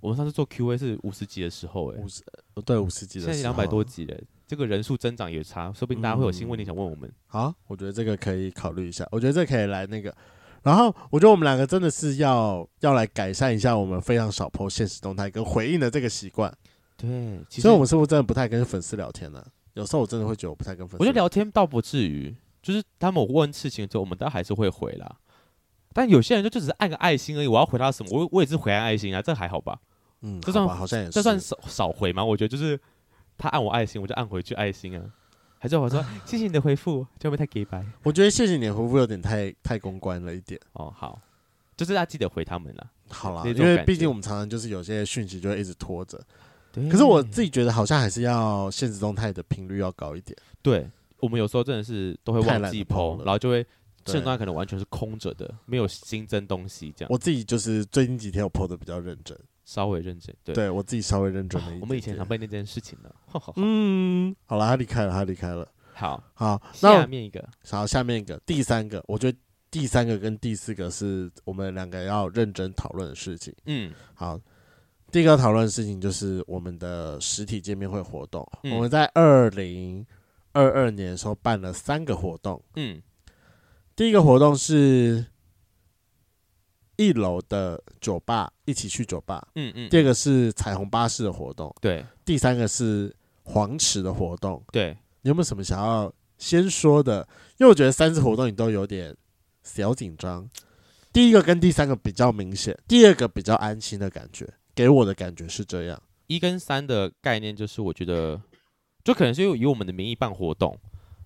Speaker 2: 我们上次做 Q&A 是五十集的时候、诶，哎
Speaker 1: 五十对五十集的
Speaker 2: 现在
Speaker 1: 时
Speaker 2: 两百
Speaker 1: 候嗯
Speaker 2: 多集了，这个人数增长也差，说不定大家会有新问题想问我们。
Speaker 1: 好，我觉得这个可以考虑一下，我觉得这可以来那个。然后我觉得我们两个真的是要要来改善一下我们非常少 PO 现实动态跟回应的这个习惯。
Speaker 2: 对，其实
Speaker 1: 所以我们是不是真的不太跟粉丝聊天呢、有时候我真的会觉得我不太跟粉丝，
Speaker 2: 我觉得聊天倒不至于，就是他们有问事情之后，我们倒还是会回啦。但有些人就就只是按个爱心而已，我要回他什么？我我也是回按爱心啊，这还好吧？
Speaker 1: 嗯，
Speaker 2: 这
Speaker 1: 这
Speaker 2: 算
Speaker 1: 算好像也是，
Speaker 2: 这算少少回吗？我觉得就是他按我爱心，我就按回去爱心啊。还是我说谢谢你的回复，这会不会太 gay 白？
Speaker 1: 我觉得谢谢你的回复有点太太公关了一点。
Speaker 2: 哦，好，就是要记得回他们啦。
Speaker 1: 好啦，
Speaker 2: 有
Speaker 1: 因
Speaker 2: 这种
Speaker 1: 为
Speaker 2: 感
Speaker 1: 毕
Speaker 2: 觉
Speaker 1: 竟我们常常就是有些讯息就会一直拖着，
Speaker 2: 对
Speaker 1: 嗯可是我自己觉得好像还是要现实动态的频率要高一点。
Speaker 2: 对我们有时候真的是都会
Speaker 1: 太
Speaker 2: 忘
Speaker 1: 懒
Speaker 2: 记
Speaker 1: 得 po
Speaker 2: 剖，
Speaker 1: 了
Speaker 2: 然后就会
Speaker 1: 对
Speaker 2: 正段可能完全是空着的，没有新增东西，这样
Speaker 1: 我自己就是最近几天我 PO 的比较认真，
Speaker 2: 稍微认真。对，
Speaker 1: 对我自己稍微认真
Speaker 2: 啊
Speaker 1: 了一点点。
Speaker 2: 我们以前常被那件 事情呢。
Speaker 1: 嗯，好了，他离开了，他离开了。
Speaker 2: 好，
Speaker 1: 好，那
Speaker 2: 下
Speaker 1: 我
Speaker 2: 面一个
Speaker 1: 好下面一个第三个，我觉得第三个跟第四个是我们两个要认真讨论的事情。
Speaker 2: 嗯，
Speaker 1: 好，第一个要讨论的事情就是我们的实体见面会活动，
Speaker 2: 嗯
Speaker 1: 我们在二零二二年的时候办了三个活动。
Speaker 2: 嗯，
Speaker 1: 第一个活动是一楼的酒吧，一起去酒吧；
Speaker 2: 嗯嗯，
Speaker 1: 第二个是彩虹巴士的活动；
Speaker 2: 对
Speaker 1: 第三个是黄池的活动。
Speaker 2: 对，
Speaker 1: 你有没有什么想要先说的？因为我觉得三次活动你都有点小紧张。第一个跟第三个比较明显，第二个比较安心的感觉，给我的感觉是这样。
Speaker 2: 一跟三的概念就是，我觉得就可能是因为以我们的名义办活动，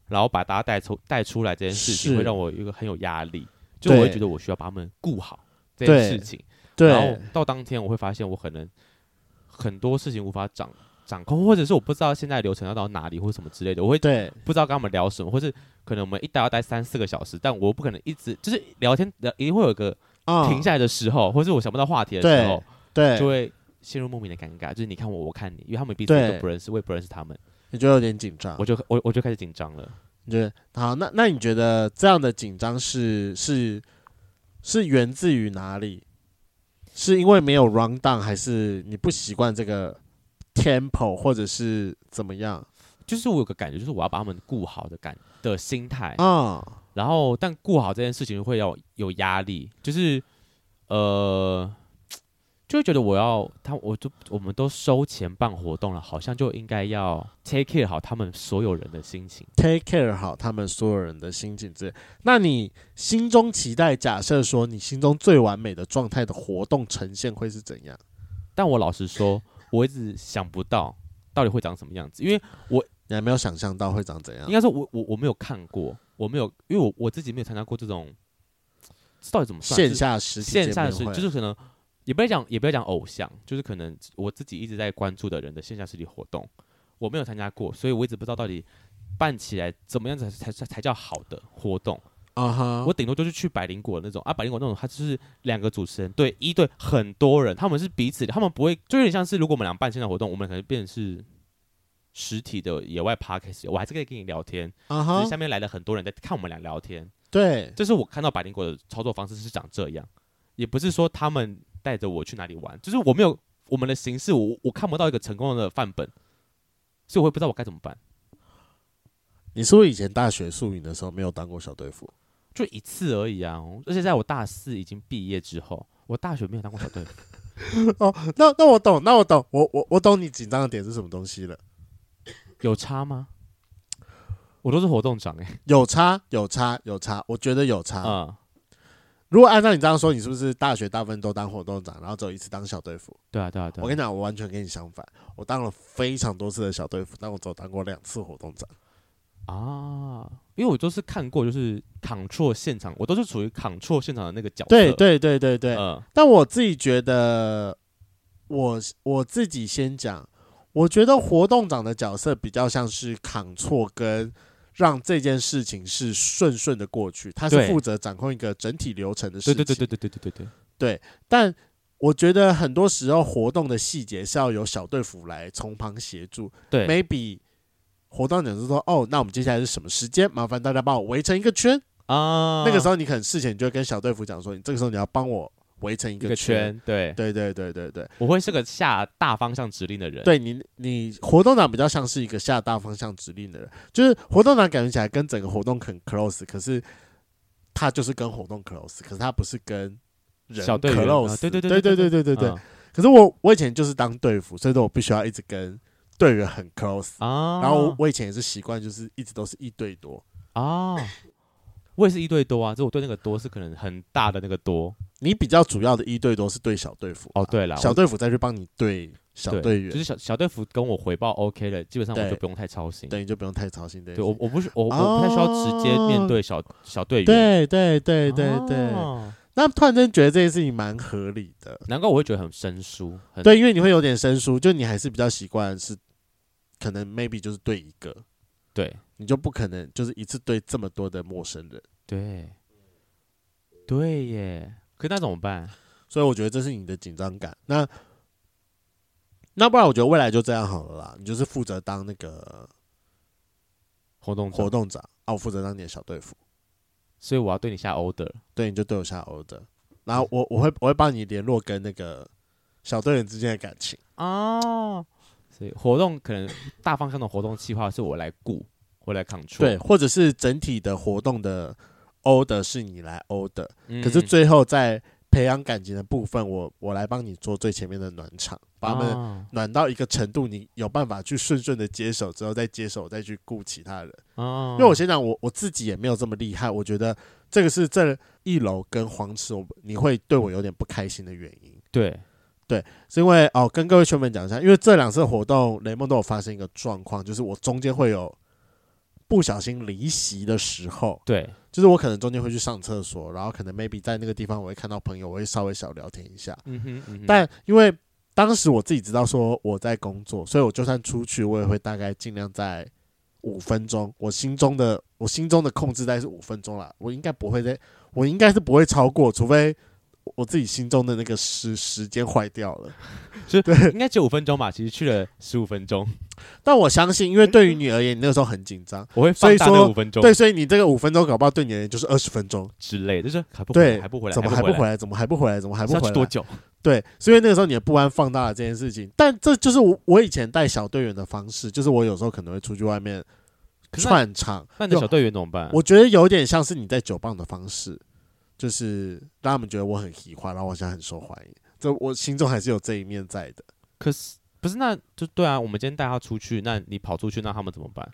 Speaker 2: 然后把大家带出带出来这件事情，
Speaker 1: 是
Speaker 2: 会让我有一个很有压力，就我会
Speaker 1: 对
Speaker 2: 觉得我需要把他们顾好这件事情。然后
Speaker 1: 对，
Speaker 2: 到当天我会发现我可能很多事情无法掌掌控，或者是我不知道现在流程要到哪里或什么之类的，我会
Speaker 1: 对，
Speaker 2: 不知道跟他们聊什么，或是可能我们一待要待三四个小时，但我不可能一直就是聊天，聊一定会有个
Speaker 1: 啊、
Speaker 2: 停下来的时候，或是我想不到话题的时候
Speaker 1: 对，
Speaker 2: 就
Speaker 1: 对，
Speaker 2: 会陷入莫名的尴尬，就是你看我，我看你，因为他们彼此
Speaker 1: 对
Speaker 2: 都不认识，我也不认识他们，
Speaker 1: 你觉得有点紧张
Speaker 2: 我。就我我就开始紧张了。
Speaker 1: 你觉得好？那那你觉得这样的紧张是是是源自于哪里？是因为没有 round down，还是你不习惯这个 tempo，或者是怎么样
Speaker 2: 就是我有个感觉，就是我要把他们顾好的感的心态，
Speaker 1: 啊？
Speaker 2: 然后但顾好这件事情会要有压力，就是呃，就会觉得我要他，我就我们都收钱办活动了，好像就应该要 take care 好他们所有人的心情。
Speaker 1: take care 好他们所有人的心情之类。那你心中期待，假设说你心中最完美的状态的活动呈现会是怎样？
Speaker 2: 但我老实说，我一直想不到到底会长什么样子，因为
Speaker 1: 你还没有想象到会长怎样
Speaker 2: 应？该说我我我没有看过，我没有，因为我我自己没有参加过这种到底怎么算？
Speaker 1: 线
Speaker 2: 是
Speaker 1: 下实体
Speaker 2: 线下
Speaker 1: 见
Speaker 2: 是
Speaker 1: 面会
Speaker 2: 就是可能也不要讲也不要讲偶像，就是可能我自己一直在关注的人的线下实体活动，我没有参加过，所以我一直不知道到底办起来怎么样才才才才叫好的活动。
Speaker 1: 啊哈，
Speaker 2: 我顶多就是去百灵果那种啊，百灵果那种，它就是两个主持人对一对很多人，他们是彼此的，他们不会就有点像是如果我们俩办线下活动，我们可能变成是。实体的野外 podcast，我还是可以跟你聊天，
Speaker 1: 啊
Speaker 2: 只
Speaker 1: 哈
Speaker 2: 是，下面来了很多人在看我们俩聊天，
Speaker 1: 对，
Speaker 2: 这是我看到百灵果的操作方式是长这样，也不是说他们带着我去哪里玩，就是我没有我们的形式，我我看不到一个成功的范本，所以我也不知道我该怎么办。
Speaker 1: 你是不是以前大学宿营的时候没有当过小队服？
Speaker 2: 就一次而已啊！而且在我大四已经毕业之后，我大学没有当过小队，
Speaker 1: 哦，那那我懂，那我懂，我我我懂你紧张的点是什么东西了。
Speaker 2: 有差吗？ 我都是活动长哎、
Speaker 1: 有差，有差，有差，我觉得有差。
Speaker 2: 嗯，
Speaker 1: 如果按照你这样说，你是不是大学大部分都当活动长，然后只有一次当小队服？
Speaker 2: 对啊，对啊，对啊。
Speaker 1: 我跟你讲，我完全跟你相反，我当了非常多次的小队服，但我只有当过两次活动长。
Speaker 2: 啊，因为我都是看过，就是 control 现场，我都是属于 control 现场的那个角色。
Speaker 1: 对对对对对，
Speaker 2: 嗯
Speaker 1: 但我自己觉得，我我自己先讲，我觉得活动长的角色比较像是扛错跟让这件事情是顺顺的过去，他是
Speaker 2: 对
Speaker 1: 负责掌控一个整体流程的事
Speaker 2: 对
Speaker 1: 情。
Speaker 2: 对对对对对对对对。
Speaker 1: 但我觉得很多时候活动的细节是要由小队服来从旁协助。
Speaker 2: 对
Speaker 1: maybe 活动长是说，哦，那我们接下来是什么时间？麻烦大家帮我围成一个圈。
Speaker 2: 啊，
Speaker 1: 那个时
Speaker 2: 候
Speaker 1: 候你可能事前就会跟小队服讲说，你这个时候你要帮我围成一
Speaker 2: 一
Speaker 1: 个
Speaker 2: 个
Speaker 1: 圈。
Speaker 2: 圈，对，
Speaker 1: 对对对对对，
Speaker 2: 我会是个下大方向指令的人。，
Speaker 1: 对你，你活动长比较像是一个下大方向指令的人，就是活动长感觉起来跟整个活动很 close，可是他就是跟活动 close，可是他不是跟人
Speaker 2: 小队员
Speaker 1: close，、
Speaker 2: 啊对对
Speaker 1: 对
Speaker 2: 对
Speaker 1: 对对
Speaker 2: 对对
Speaker 1: 对对对。
Speaker 2: 嗯
Speaker 1: 可是我我以前就是当队服，所以说我必须要一直跟队员很 close，、
Speaker 2: 啊，
Speaker 1: 然后我我以前也是习惯就是一直都是一对多，
Speaker 2: 啊，我也是一对多啊，只是我对那个多是可能很大的那个多。
Speaker 1: 你比较主要的一对多是对小队服
Speaker 2: 哦
Speaker 1: 嘛
Speaker 2: 对啦
Speaker 1: 小
Speaker 2: 我
Speaker 1: 队服再去帮你对小
Speaker 2: 对
Speaker 1: 队员，
Speaker 2: 就是小小队服跟我回报 OK 了，基本上我
Speaker 1: 对
Speaker 2: 就不用太操心。
Speaker 1: 等于就不用太操心这
Speaker 2: 对
Speaker 1: 件
Speaker 2: 我
Speaker 1: 事
Speaker 2: 我不是我我不太需要直接面对小小队员。
Speaker 1: 对对对对对，
Speaker 2: 哦
Speaker 1: 那突然间觉得这件事情蛮合理的，
Speaker 2: 难怪我会觉得很生疏。很
Speaker 1: 对，因为你会有点生疏，就你还是比较习惯是，可能 maybe 就是对一个，
Speaker 2: 对
Speaker 1: 你就不可能就是一次对这么多的陌生人，
Speaker 2: 对对耶，可那怎么办？
Speaker 1: 所以我觉得这是你的紧张感。那那不然我觉得未来就这样好了啦，你就是负责当那个
Speaker 2: 活动
Speaker 1: 活
Speaker 2: 中，
Speaker 1: 动长，啊，我负责当你的小队服，
Speaker 2: 所以我要对你下 order。
Speaker 1: 对，你就对我下 order，然后我我会我会帮你联络跟那个小队员之间的感情。
Speaker 2: 哦，所以活动可能大方向的活动计划是我来顾，我来 control。
Speaker 1: 对，或者是整体的活动的 order 是你来 order，、
Speaker 2: 嗯，
Speaker 1: 可是最后在培养感情的部分，我我来帮你做最前面的暖场，把他们
Speaker 2: 们
Speaker 1: 暖到一个程度，你有办法去顺顺的接手，之后再接手再去顾其他人。
Speaker 2: 哦，
Speaker 1: 因为我先讲我我自己也没有这么厉害，我觉得这个是这一楼跟黄池，我你会对我有点不开心的原因。
Speaker 2: 对
Speaker 1: 是因为哦，跟各位圈粉讲一下，因为这两次活动雷梦都有发生一个状况，就是我中间会有不小心离席的时候，
Speaker 2: 对
Speaker 1: 就是我可能中间会去上厕所，然后可能 maybe 在那个地方我会看到朋友，我会稍微小聊天一下。
Speaker 2: 嗯哼嗯哼，
Speaker 1: 但因为当时我自己知道说我在工作，所以我就算出去，我也会大概尽量在五分钟。我心中的我心中的控制带是五分钟啦，我应该不会在，我应该是不会超过，除非我自己心中的那个时时间坏掉了。
Speaker 2: 是应该只有五分钟吧，其实去了十五分钟，
Speaker 1: 但我相信，因为对于你而言，你那个时候很紧张，
Speaker 2: 我会
Speaker 1: 所
Speaker 2: 放
Speaker 1: 以
Speaker 2: 大
Speaker 1: 说
Speaker 2: 那五分钟
Speaker 1: 对，所以你这个五分钟搞不好对你而言就是二十分钟，
Speaker 2: 之类，就是还不回
Speaker 1: 对
Speaker 2: 来，还不回来，
Speaker 1: 怎么还
Speaker 2: 还
Speaker 1: 不
Speaker 2: 回
Speaker 1: 回？来？怎么还不回来？怎么还不
Speaker 2: 是要
Speaker 1: 回
Speaker 2: 去
Speaker 1: 来？
Speaker 2: 多久？
Speaker 1: 对，所以那个时候你的不安放大了这件事情，但这就是我我以前带小队员的方式，就是我有时候可能会出去外面
Speaker 2: 可是啊那
Speaker 1: 串场，
Speaker 2: 那你的
Speaker 1: 有
Speaker 2: 小队员怎么办？
Speaker 1: 我觉得有点像是你在酒棒的方式，就是让他们觉得我很喜欢，然后我现在很受欢迎，这我心中还是有这一面在的。
Speaker 2: 可是不是那就对啊，我们今天带他出去，那你跑出去，那他们怎么办？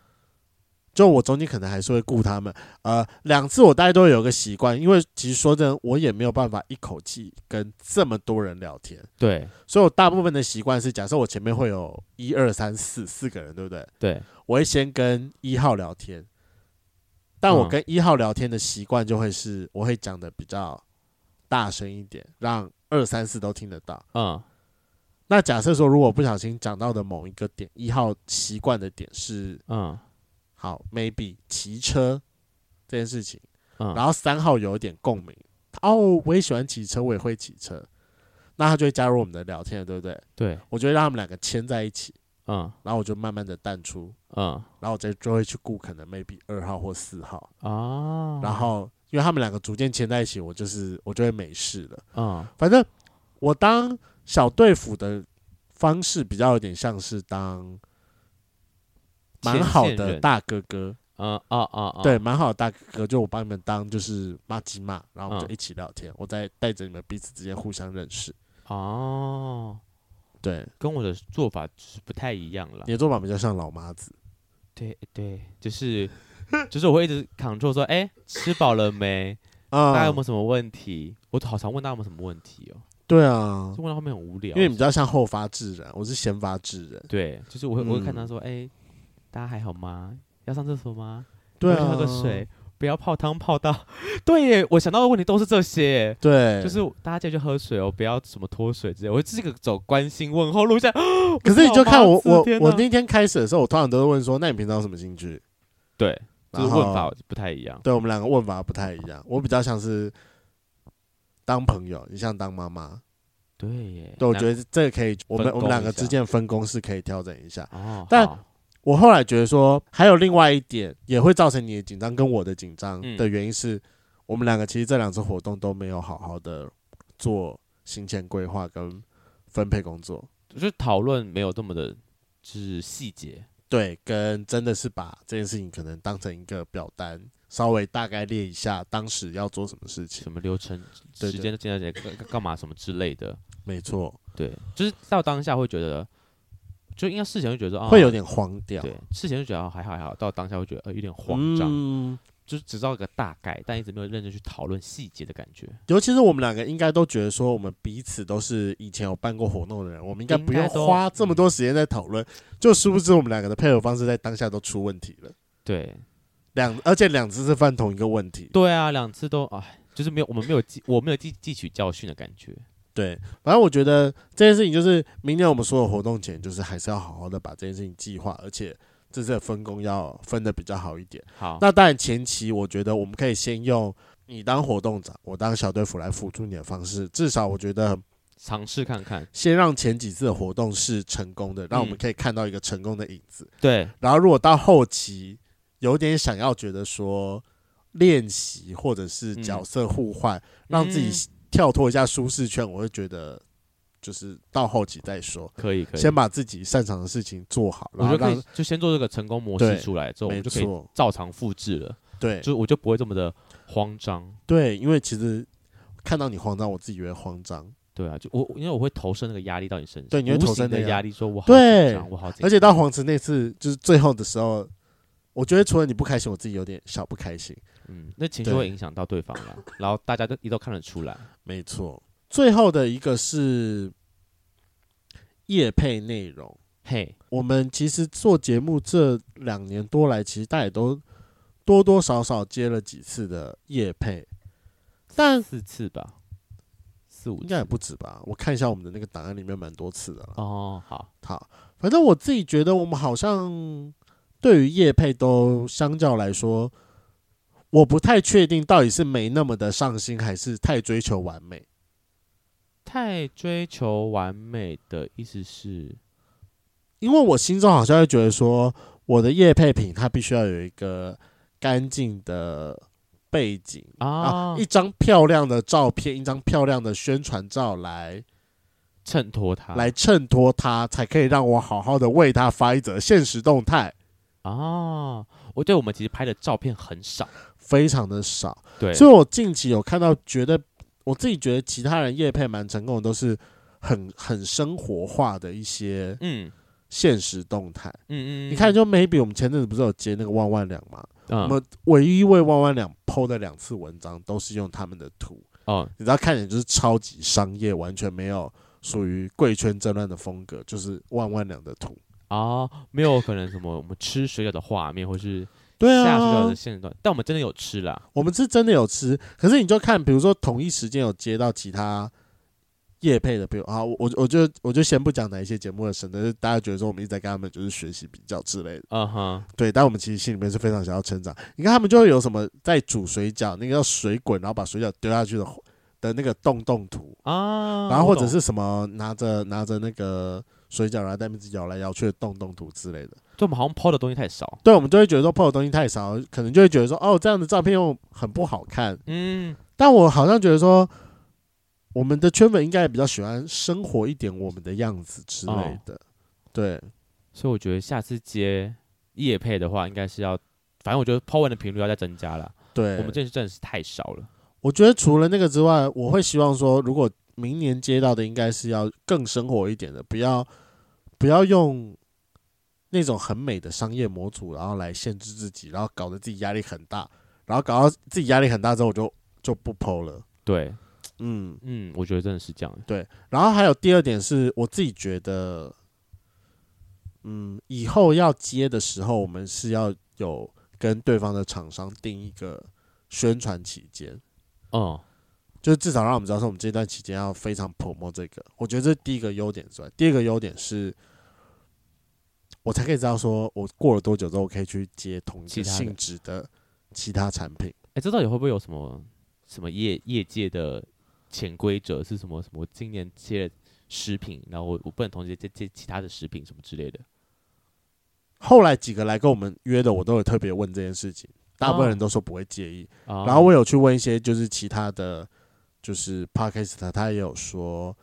Speaker 1: 就我中间可能还是会顾他们，呃，两次我大概都会有个习惯，因为其实说真的，我也没有办法一口气跟这么多人聊天，
Speaker 2: 对
Speaker 1: 所以我大部分的习惯是，假设我前面会有一二三四四个人，对不对？
Speaker 2: 对
Speaker 1: 我会先跟一号聊天，但我
Speaker 2: 嗯
Speaker 1: 跟一号聊天的习惯就会是，我会讲的比较大声一点，让二三四都听得到。
Speaker 2: 嗯，
Speaker 1: 那假设说，如果不小心讲到的某一个点，一号习惯的点是
Speaker 2: 嗯
Speaker 1: 好，maybe 骑车这件事情，
Speaker 2: 嗯
Speaker 1: 然后三号有一点共鸣，哦，我也喜欢骑车，我也会骑车，那他就会加入我们的聊天了，对不对？
Speaker 2: 对，
Speaker 1: 我就会让他们两个牵在一起，
Speaker 2: 嗯
Speaker 1: 然后我就慢慢的淡出，
Speaker 2: 嗯
Speaker 1: 然后我再就会去顾可能 maybe 二号或四号，
Speaker 2: 啊，
Speaker 1: 然后因为他们两个逐渐牵在一起，我就是我就会没事了。
Speaker 2: 嗯
Speaker 1: 反正我当小队辅的方式比较有点像是当蛮好
Speaker 2: 牵线
Speaker 1: 的
Speaker 2: 人
Speaker 1: 大哥哥，
Speaker 2: 嗯啊啊啊，
Speaker 1: 对，蛮好的大哥哥，就我帮你们当就是骂鸡骂，然后我们
Speaker 2: 嗯
Speaker 1: 就一起聊天，我再带着你们彼此之间互相认识。
Speaker 2: 哦，
Speaker 1: 对，
Speaker 2: 跟我的做法就是不太一样了
Speaker 1: 你。的做法比较像老妈子，
Speaker 2: 对对，就是就是我会一直 control 说，哎、吃饱了没？大家
Speaker 1: 啊
Speaker 2: 有没，有什么问题？我好常问大家有没有什么问题哦，
Speaker 1: 对啊
Speaker 2: 就，问到后面很无聊。
Speaker 1: 因为你比较像后发制人，我是先发制人，
Speaker 2: 对，就是我会、我会看他
Speaker 1: 嗯
Speaker 2: 说，哎、大家还好吗？要上厕所吗？
Speaker 1: 对
Speaker 2: 要不
Speaker 1: 啊，
Speaker 2: 要喝个水，不要泡汤泡到。 对耶，我想到的问题都是这些耶。
Speaker 1: 对，
Speaker 2: 就是大家记得去喝水哦，不要什么脱水之类。我这个走关心问候路线，
Speaker 1: 可是你就看我
Speaker 2: 我是老妈
Speaker 1: 我
Speaker 2: 子天哪
Speaker 1: 我那天开始的时候，我通常都会问说，那你平常有什么兴趣？
Speaker 2: 对，就是
Speaker 1: 然后
Speaker 2: 问法不太一样。
Speaker 1: 对我们两个问法不太一样，我比较像是当朋友，你像当妈妈。
Speaker 2: 对耶，
Speaker 1: 对，我
Speaker 2: 那
Speaker 1: 觉得这个可以，我们
Speaker 2: 分工
Speaker 1: 我们两个
Speaker 2: 一下
Speaker 1: 之间的分工是可以调整一下。
Speaker 2: 哦，
Speaker 1: 但
Speaker 2: 好
Speaker 1: 我后来觉得说，还有另外一点也会造成你的紧张跟我的紧张
Speaker 2: 嗯
Speaker 1: 的原因是，我们两个其实这两次活动都没有好好的做行前规划跟分配工作，
Speaker 2: 就是讨论没有这么的，就是细节。
Speaker 1: 对，跟真的是把这件事情可能当成一个表单，稍微大概列一下当时要做什么事情。
Speaker 2: 什么流程、
Speaker 1: 对对
Speaker 2: 时间的间干干干嘛什么之类的。
Speaker 1: 没错，
Speaker 2: 对，就是到当下会觉得，就应该事前会觉得啊，
Speaker 1: 会有点慌掉，
Speaker 2: 对，事前就觉得啊还好还好，到当下会觉得呃有点慌张，
Speaker 1: 嗯
Speaker 2: 就是只知道一个大概，但一直没有认真去讨论细节的感觉。
Speaker 1: 尤其是我们两个应该都觉得说，我们彼此都是以前有办过活动的人，我们应该不用
Speaker 2: 应该都
Speaker 1: 花这么多时间在讨论。就殊不知我们两个的配合方式在当下都出问题了，
Speaker 2: 对，
Speaker 1: 两而且两次是犯同一个问题。
Speaker 2: 对啊，两次都哎，就是没有我们没有记我没有记汲取教训的感觉。
Speaker 1: 对，反正我觉得这件事情就是明年我们所有活动前，就是还是要好好的把这件事情计划，而且这次的分工要分的比较好一点。
Speaker 2: 好，
Speaker 1: 那当然前期我觉得我们可以先用你当活动长，我当小队辅来辅助你的方式，至少我觉得
Speaker 2: 尝试看看。
Speaker 1: 先让前几次的活动是成功的，让我们
Speaker 2: 嗯
Speaker 1: 可以看到一个成功的影子。
Speaker 2: 对，
Speaker 1: 然后如果到后期有点想要觉得说练习或者是
Speaker 2: 嗯
Speaker 1: 角色互换，让自己跳脱一下舒适圈，我会觉得就是到后期再说，
Speaker 2: 可以可以。
Speaker 1: 先把自己擅长的事情做好，
Speaker 2: 我
Speaker 1: 然
Speaker 2: 觉
Speaker 1: 后
Speaker 2: 得可以
Speaker 1: 让，
Speaker 2: 就先做这个成功模
Speaker 1: 对
Speaker 2: 式出来之后，我
Speaker 1: 没
Speaker 2: 们就可以
Speaker 1: 错，
Speaker 2: 照常复制了，
Speaker 1: 对
Speaker 2: 就我就不会这么的慌张。
Speaker 1: 对，因为其实。看到你慌张，我自己也会慌张，
Speaker 2: 对啊，就我因为我会投射那个压力到你身上，
Speaker 1: 对你会
Speaker 2: 无
Speaker 1: 投
Speaker 2: 形
Speaker 1: 射那
Speaker 2: 的
Speaker 1: 个
Speaker 2: 压力，说我好
Speaker 1: 对
Speaker 2: 紧张，我好紧张，
Speaker 1: 而且到黄池那次就是最后的时候，我觉得除了你不开心，我自己有点小不开心。
Speaker 2: 嗯，那情绪
Speaker 1: 对
Speaker 2: 会影响到对方了，然后大家都也都看得出来，
Speaker 1: 没错，最后的一个是业配内容。
Speaker 2: 嘿，
Speaker 1: 我们其实做节目这两年多来，其实大家也都多多少少接了几次的业配，但
Speaker 2: 四次吧，四五
Speaker 1: 应该也
Speaker 2: 次
Speaker 1: 不止吧？我看一下我们的那个档案里面蛮多次的了。
Speaker 2: 哦，好，
Speaker 1: 好，反正我自己觉得我们好像对于业配都相较来说，我不太确定到底是没那么的上心，还是太追求完美。
Speaker 2: 太追求完美的意思是，
Speaker 1: 因为我心中好像会觉得说，我的业配品它必须要有一个干净的背景啊，
Speaker 2: 啊
Speaker 1: 一，张漂亮的照片，一张漂亮的宣传照来、
Speaker 2: 衬托他
Speaker 1: 来衬托它，才可以让我好好的为它发一则现实动态，
Speaker 2: 啊，我对我们其实拍的照片很少，
Speaker 1: 非常的少。
Speaker 2: 对，
Speaker 1: 所以我近期有看到，觉得我自己觉得其他人业配蛮成功的，都是很很生活化的一些
Speaker 2: 嗯
Speaker 1: 现实动态。
Speaker 2: 嗯嗯，
Speaker 1: 你看，
Speaker 2: 就
Speaker 1: 就 maybe 我们前阵子不是有接那个万万两吗？我
Speaker 2: 嗯
Speaker 1: 们唯一为万万两 PO 的两次文章都是用他们的图，
Speaker 2: 哦，
Speaker 1: 你知道看起来就是超级商业，完全没有属于贵圈争乱的风格，就是万万两的图。
Speaker 2: 啊，没有可能什么我们吃水饺的画面，或是
Speaker 1: 对
Speaker 2: 下水饺
Speaker 1: 啊
Speaker 2: 的，线段，但我们真的有吃啦，
Speaker 1: 我们是真的有吃，可是你就看，比如说同一时间有接到其他业配的，比如啊，我我我就我就先不讲哪一些节目了，省得大家觉得说我们一直在跟他们就是学习比较之类的。
Speaker 2: 嗯哼，
Speaker 1: 对，但我们其实心里面是非常想要成长。你看他们就会有什么在煮水饺，那个叫水滚，然后把水饺丢下去的的那个洞洞图，
Speaker 2: 啊，
Speaker 1: 然后
Speaker 2: 我
Speaker 1: 或者
Speaker 2: 懂
Speaker 1: 是什么拿着拿着那个水饺，然后在那边摇来摇去的洞洞图之类的。
Speaker 2: 就我们好像抛的东西太少，
Speaker 1: 对，我们就会觉得说 PO 的东西太少，可能就会觉得说哦这样的照片又很不好看。
Speaker 2: 嗯，
Speaker 1: 但我好像觉得说，我们的圈粉应该也比较喜欢生活一点我们的样子之类的。
Speaker 2: 哦
Speaker 1: 对，
Speaker 2: 所以我觉得下次接夜配的话，应该是要，反正我觉得抛文的频率要再增加了，
Speaker 1: 对，
Speaker 2: 我们这次真的是太少了，
Speaker 1: 我觉得除了那个之外，我会希望说，如果明年接到的应该是要更生活一点的，不要不要用那种很美的商业模组，然后来限制自己，然后搞得自己压力很大，然后搞到自己压力很大之后，我就就不剖了。
Speaker 2: 对，
Speaker 1: 嗯，
Speaker 2: 嗯，我觉得真的是这样，
Speaker 1: 对。然后还有第二点是我自己觉得，嗯，以后要接的时候，我们是要有跟对方的厂商定一个宣传期间。
Speaker 2: 嗯，
Speaker 1: 就是至少让我们知道说我们这段期间要非常 promo 这个。我觉得这是第一个优点之外，第二个优点是，我才可以知道说我过了多久之后，我可以去接同一
Speaker 2: 其
Speaker 1: 个
Speaker 2: 他的
Speaker 1: 性质的其他产品。
Speaker 2: 哎，这到底会不会有什么什么业业界的潜规则是什么什么？我今年接了食品，然后我我不能同时接接其他的食品什么之类的，
Speaker 1: 后来几个来跟我们约的，我都有特别问这件事情，大部分
Speaker 2: 哦
Speaker 1: 人都说不会介意。
Speaker 2: 啊，
Speaker 1: 然后我有去问一些就是其他的，就是 podcast，他也有说，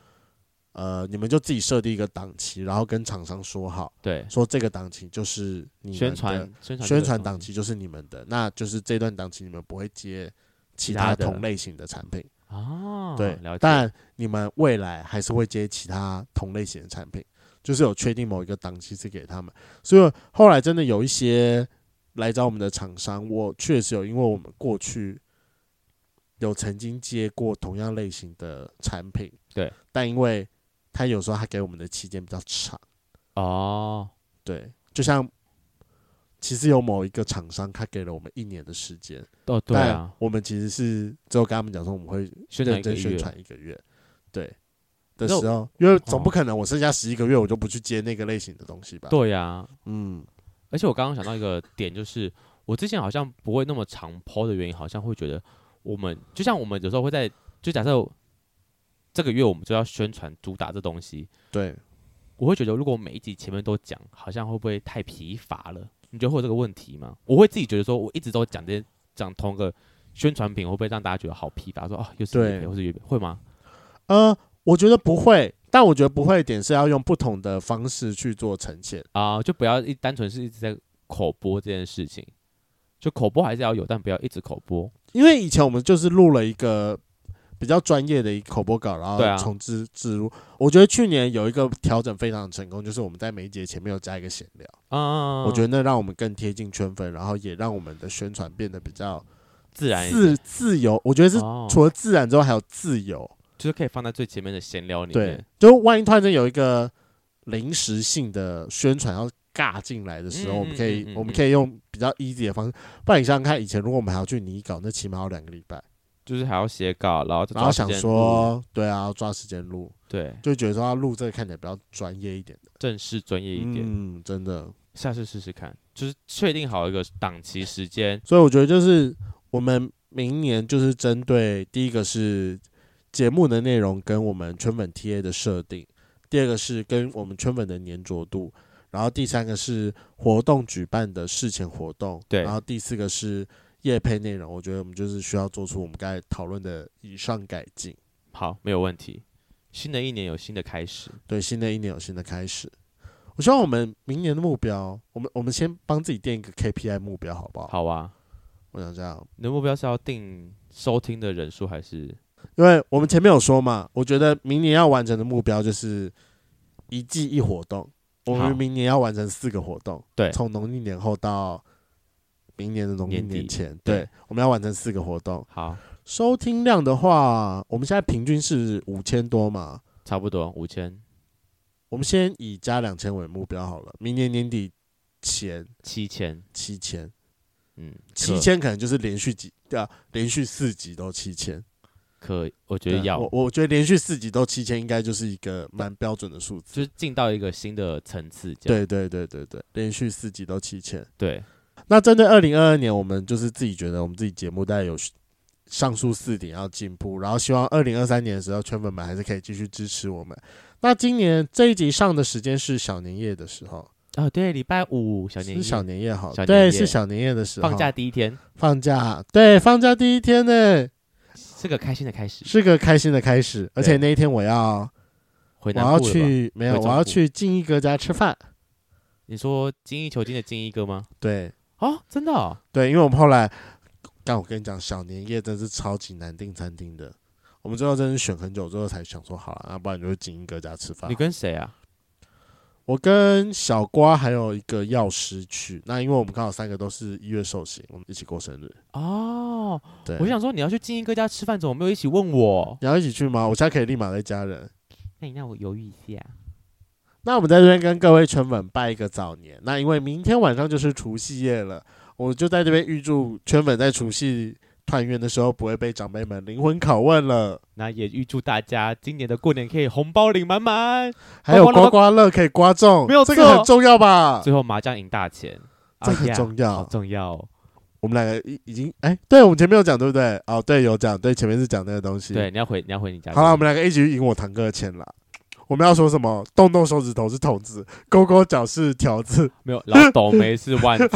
Speaker 1: 呃，你们就自己设定一个档期，然后跟厂商说好，
Speaker 2: 对
Speaker 1: 说这个档期就是你们
Speaker 2: 宣
Speaker 1: 的
Speaker 2: 传宣传这个
Speaker 1: 宣传档
Speaker 2: 东西
Speaker 1: 期就是你们的，那就是这段档期你们不会接其
Speaker 2: 其他
Speaker 1: 他
Speaker 2: 的
Speaker 1: 同类型的产品，
Speaker 2: 啊，
Speaker 1: 对
Speaker 2: 了解，，
Speaker 1: 但你们未来还是会接其他同类型的产品，就是有确定某一个档期是给他们。所以后来真的有一些来找我们的厂商，我确实有，因为我们过去有曾经接过同样类型的产品，
Speaker 2: 对，
Speaker 1: 但因为他有时候他给我们的期间比较长。
Speaker 2: 哦，
Speaker 1: 对，就像其实有某一个厂商，他给了我们一年的时间，
Speaker 2: 哦，对
Speaker 1: 但
Speaker 2: 啊，
Speaker 1: 我们其实是只有跟他们讲说我们会
Speaker 2: 宣
Speaker 1: 认
Speaker 2: 传一个
Speaker 1: 真宣
Speaker 2: 月，
Speaker 1: 传一个月，对的
Speaker 2: 那
Speaker 1: 时候，因为总
Speaker 2: 哦
Speaker 1: 不可能我剩下十一个月我就不去接那个类型的东西吧？，
Speaker 2: 对呀，
Speaker 1: 嗯，
Speaker 2: 而且我刚刚想到一个点，就是我之前好像不会那么长抛的原因，好像会觉得我们就像我们有时候会在，就假设这个月我们就要宣传主打这东西，
Speaker 1: 对，
Speaker 2: 我会觉得如果每一集前面都讲，好像会不会太疲乏了？你觉得会有这个问题吗？我会自己觉得说，我一直都讲这些讲同一个宣传品，会不会让大家觉得好疲乏？说啊，又是
Speaker 1: 对
Speaker 2: 月配，或是月配，会吗？
Speaker 1: 呃，我觉得不会，但我觉得不会的点是要用不同的方式去做呈现，
Speaker 2: 啊、就不要一单纯是一直在口播这件事情，就口播还是要有，但不要一直口播。
Speaker 1: 因为以前我们就是录了一个。比较专业的一个口播稿，然后
Speaker 2: 对啊
Speaker 1: 重置置入。我觉得去年有一个调整非常成功，就是我们在每一节前面有加一个闲聊。
Speaker 2: 啊，
Speaker 1: 我觉得那让我们更贴近圈粉，然后也让我们的宣传变得比较
Speaker 2: 自然一点
Speaker 1: 自自由。我觉得是
Speaker 2: 哦
Speaker 1: 除了自然之外，还有自由。
Speaker 2: 就是可以放在最前面的闲聊里面
Speaker 1: 对。，就万一突然间有一个临时性的宣传要尬进来的时候，
Speaker 2: 嗯
Speaker 1: 我们可以、
Speaker 2: 嗯嗯嗯
Speaker 1: 我们可以用比较 easy 的方式。不然你想想看，以前如果我们还要去拟稿，那起码要两个礼拜，
Speaker 2: 就是还要写稿，然后再
Speaker 1: 然后
Speaker 2: 抓时
Speaker 1: 想
Speaker 2: 间录，
Speaker 1: 说对啊，要抓时间录，
Speaker 2: 对，
Speaker 1: 就觉得说要录这个看起来比较专业一点的。
Speaker 2: 正式专业一点，
Speaker 1: 嗯，真的。
Speaker 2: 下次试试看，就是确定好一个档期时间，
Speaker 1: 所以我觉得就是我们明年就是针对第一个是节目的内容跟我们圈粉 TA 的设定，第二个是跟我们圈粉的粘着度，然后第三个是活动举办的事前活动，
Speaker 2: 对
Speaker 1: 然后第四个是业配内容。我觉得我们就是需要做出我们刚才讨论的以上改进，
Speaker 2: 好，没有问题。新的一年有新的开始，
Speaker 1: 对新的一年有新的开始。我希望我们明年的目标，我们我们先帮自己定一个 KPI 目标，好不好？
Speaker 2: 好啊。
Speaker 1: 我想这样，
Speaker 2: 你的目标是要定收听的人数还是？
Speaker 1: 因为我们前面有说嘛，我觉得明年要完成的目标就是一季一活动，我
Speaker 2: 好
Speaker 1: 们明年要完成四个活动，
Speaker 2: 对
Speaker 1: 从农历年后到明年的农历
Speaker 2: 年底
Speaker 1: 年前，
Speaker 2: 对
Speaker 1: 对，我们要完成四个活动。
Speaker 2: 好，
Speaker 1: 收听量的话，我们现在平均是五千多嘛，
Speaker 2: 差不多五千
Speaker 1: 我们先以加两千为目标好了，明年年底前
Speaker 2: 七千。
Speaker 1: 七千，
Speaker 2: 嗯，
Speaker 1: 七千可能就是连续几啊，连续四集都七千，
Speaker 2: 可以，我觉
Speaker 1: 对
Speaker 2: 得
Speaker 1: 啊
Speaker 2: 要
Speaker 1: 我我觉得连续四集都七千，应该就是一个蛮标准的数字。
Speaker 2: 就是进到一个新的层次，这
Speaker 1: 对
Speaker 2: 样
Speaker 1: 对对对对，连续四集都七千。
Speaker 2: 对
Speaker 1: 那针对二零二二年，我们就是自己觉得我们自己节目大概有上述四点要进步，然后希望二零二三年的时候，圈粉们还是可以继续支持我们。那今年这一集上的时间是小年夜的时候，
Speaker 2: 哦，对，礼拜五小
Speaker 1: 是
Speaker 2: 年夜
Speaker 1: 小年夜好了，
Speaker 2: 小年
Speaker 1: 对，
Speaker 2: 夜
Speaker 1: 是小年夜的时候，
Speaker 2: 放假第一天
Speaker 1: 放假，对，放假第一天呢，
Speaker 2: 是个开心的开始，
Speaker 1: 是个开心的开始，而且
Speaker 2: 对
Speaker 1: 那一天我要
Speaker 2: 回
Speaker 1: 我
Speaker 2: 南
Speaker 1: 要
Speaker 2: 部了吧
Speaker 1: 去没有，
Speaker 2: 回中
Speaker 1: 我要
Speaker 2: 部
Speaker 1: 去静一哥家吃饭，
Speaker 2: 你说精益求精的精益哥吗？
Speaker 1: 对
Speaker 2: 哦，真的、哦，
Speaker 1: 对，因为我们后来，但我跟你讲，小年夜真是超级难订餐厅的。我们最后真是选很久，之后才想说好了，那不然就去金英哥家吃饭
Speaker 2: 你。跟谁啊？
Speaker 1: 我跟小瓜还有一个药师去，那因为我们刚好三个都是一月寿星，我们一起过生日。
Speaker 2: 哦，
Speaker 1: 对，
Speaker 2: 我想说你要去精英哥家吃饭，怎么没有一起问我？
Speaker 1: 你要一起去吗？我现在可以立马带家人。
Speaker 2: 那你让我犹豫一下。
Speaker 1: 那我们在这边跟各位圈粉拜一个早年。那因为明天晚上就是除夕夜了，我就在这边预祝圈粉在除夕团圆的时候不会被长辈们灵魂拷问了。
Speaker 2: 那也预祝大家今年的过年可以红包领满满，
Speaker 1: 还有刮刮乐可以刮中，
Speaker 2: 没有
Speaker 1: 这
Speaker 2: 错
Speaker 1: 个很重要吧？
Speaker 2: 最后麻将赢大钱，
Speaker 1: 这
Speaker 2: 啊
Speaker 1: 很
Speaker 2: 呀
Speaker 1: 重要
Speaker 2: 好重要哦。
Speaker 1: 我们两个已已经哎，对我们前面有讲对不对？哦，对，有讲，对，前面是讲那个东西。
Speaker 2: 对，，你要回，你要回你家。
Speaker 1: 好了，我们两个一起去赢我堂哥的钱啦。我们要说什么？动动手指头是筒子，勾勾脚是条子，
Speaker 2: 没有老斗梅是万子，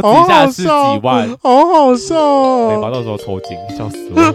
Speaker 1: 好
Speaker 2: 子下
Speaker 1: 好
Speaker 2: 是
Speaker 1: 笑哦，
Speaker 2: 几万，
Speaker 1: 好好笑
Speaker 2: 没把
Speaker 1: 哦！
Speaker 2: 到时候抽筋，笑死我。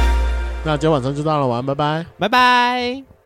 Speaker 1: 那今天晚上就到了，晚安，拜拜。
Speaker 2: 拜拜。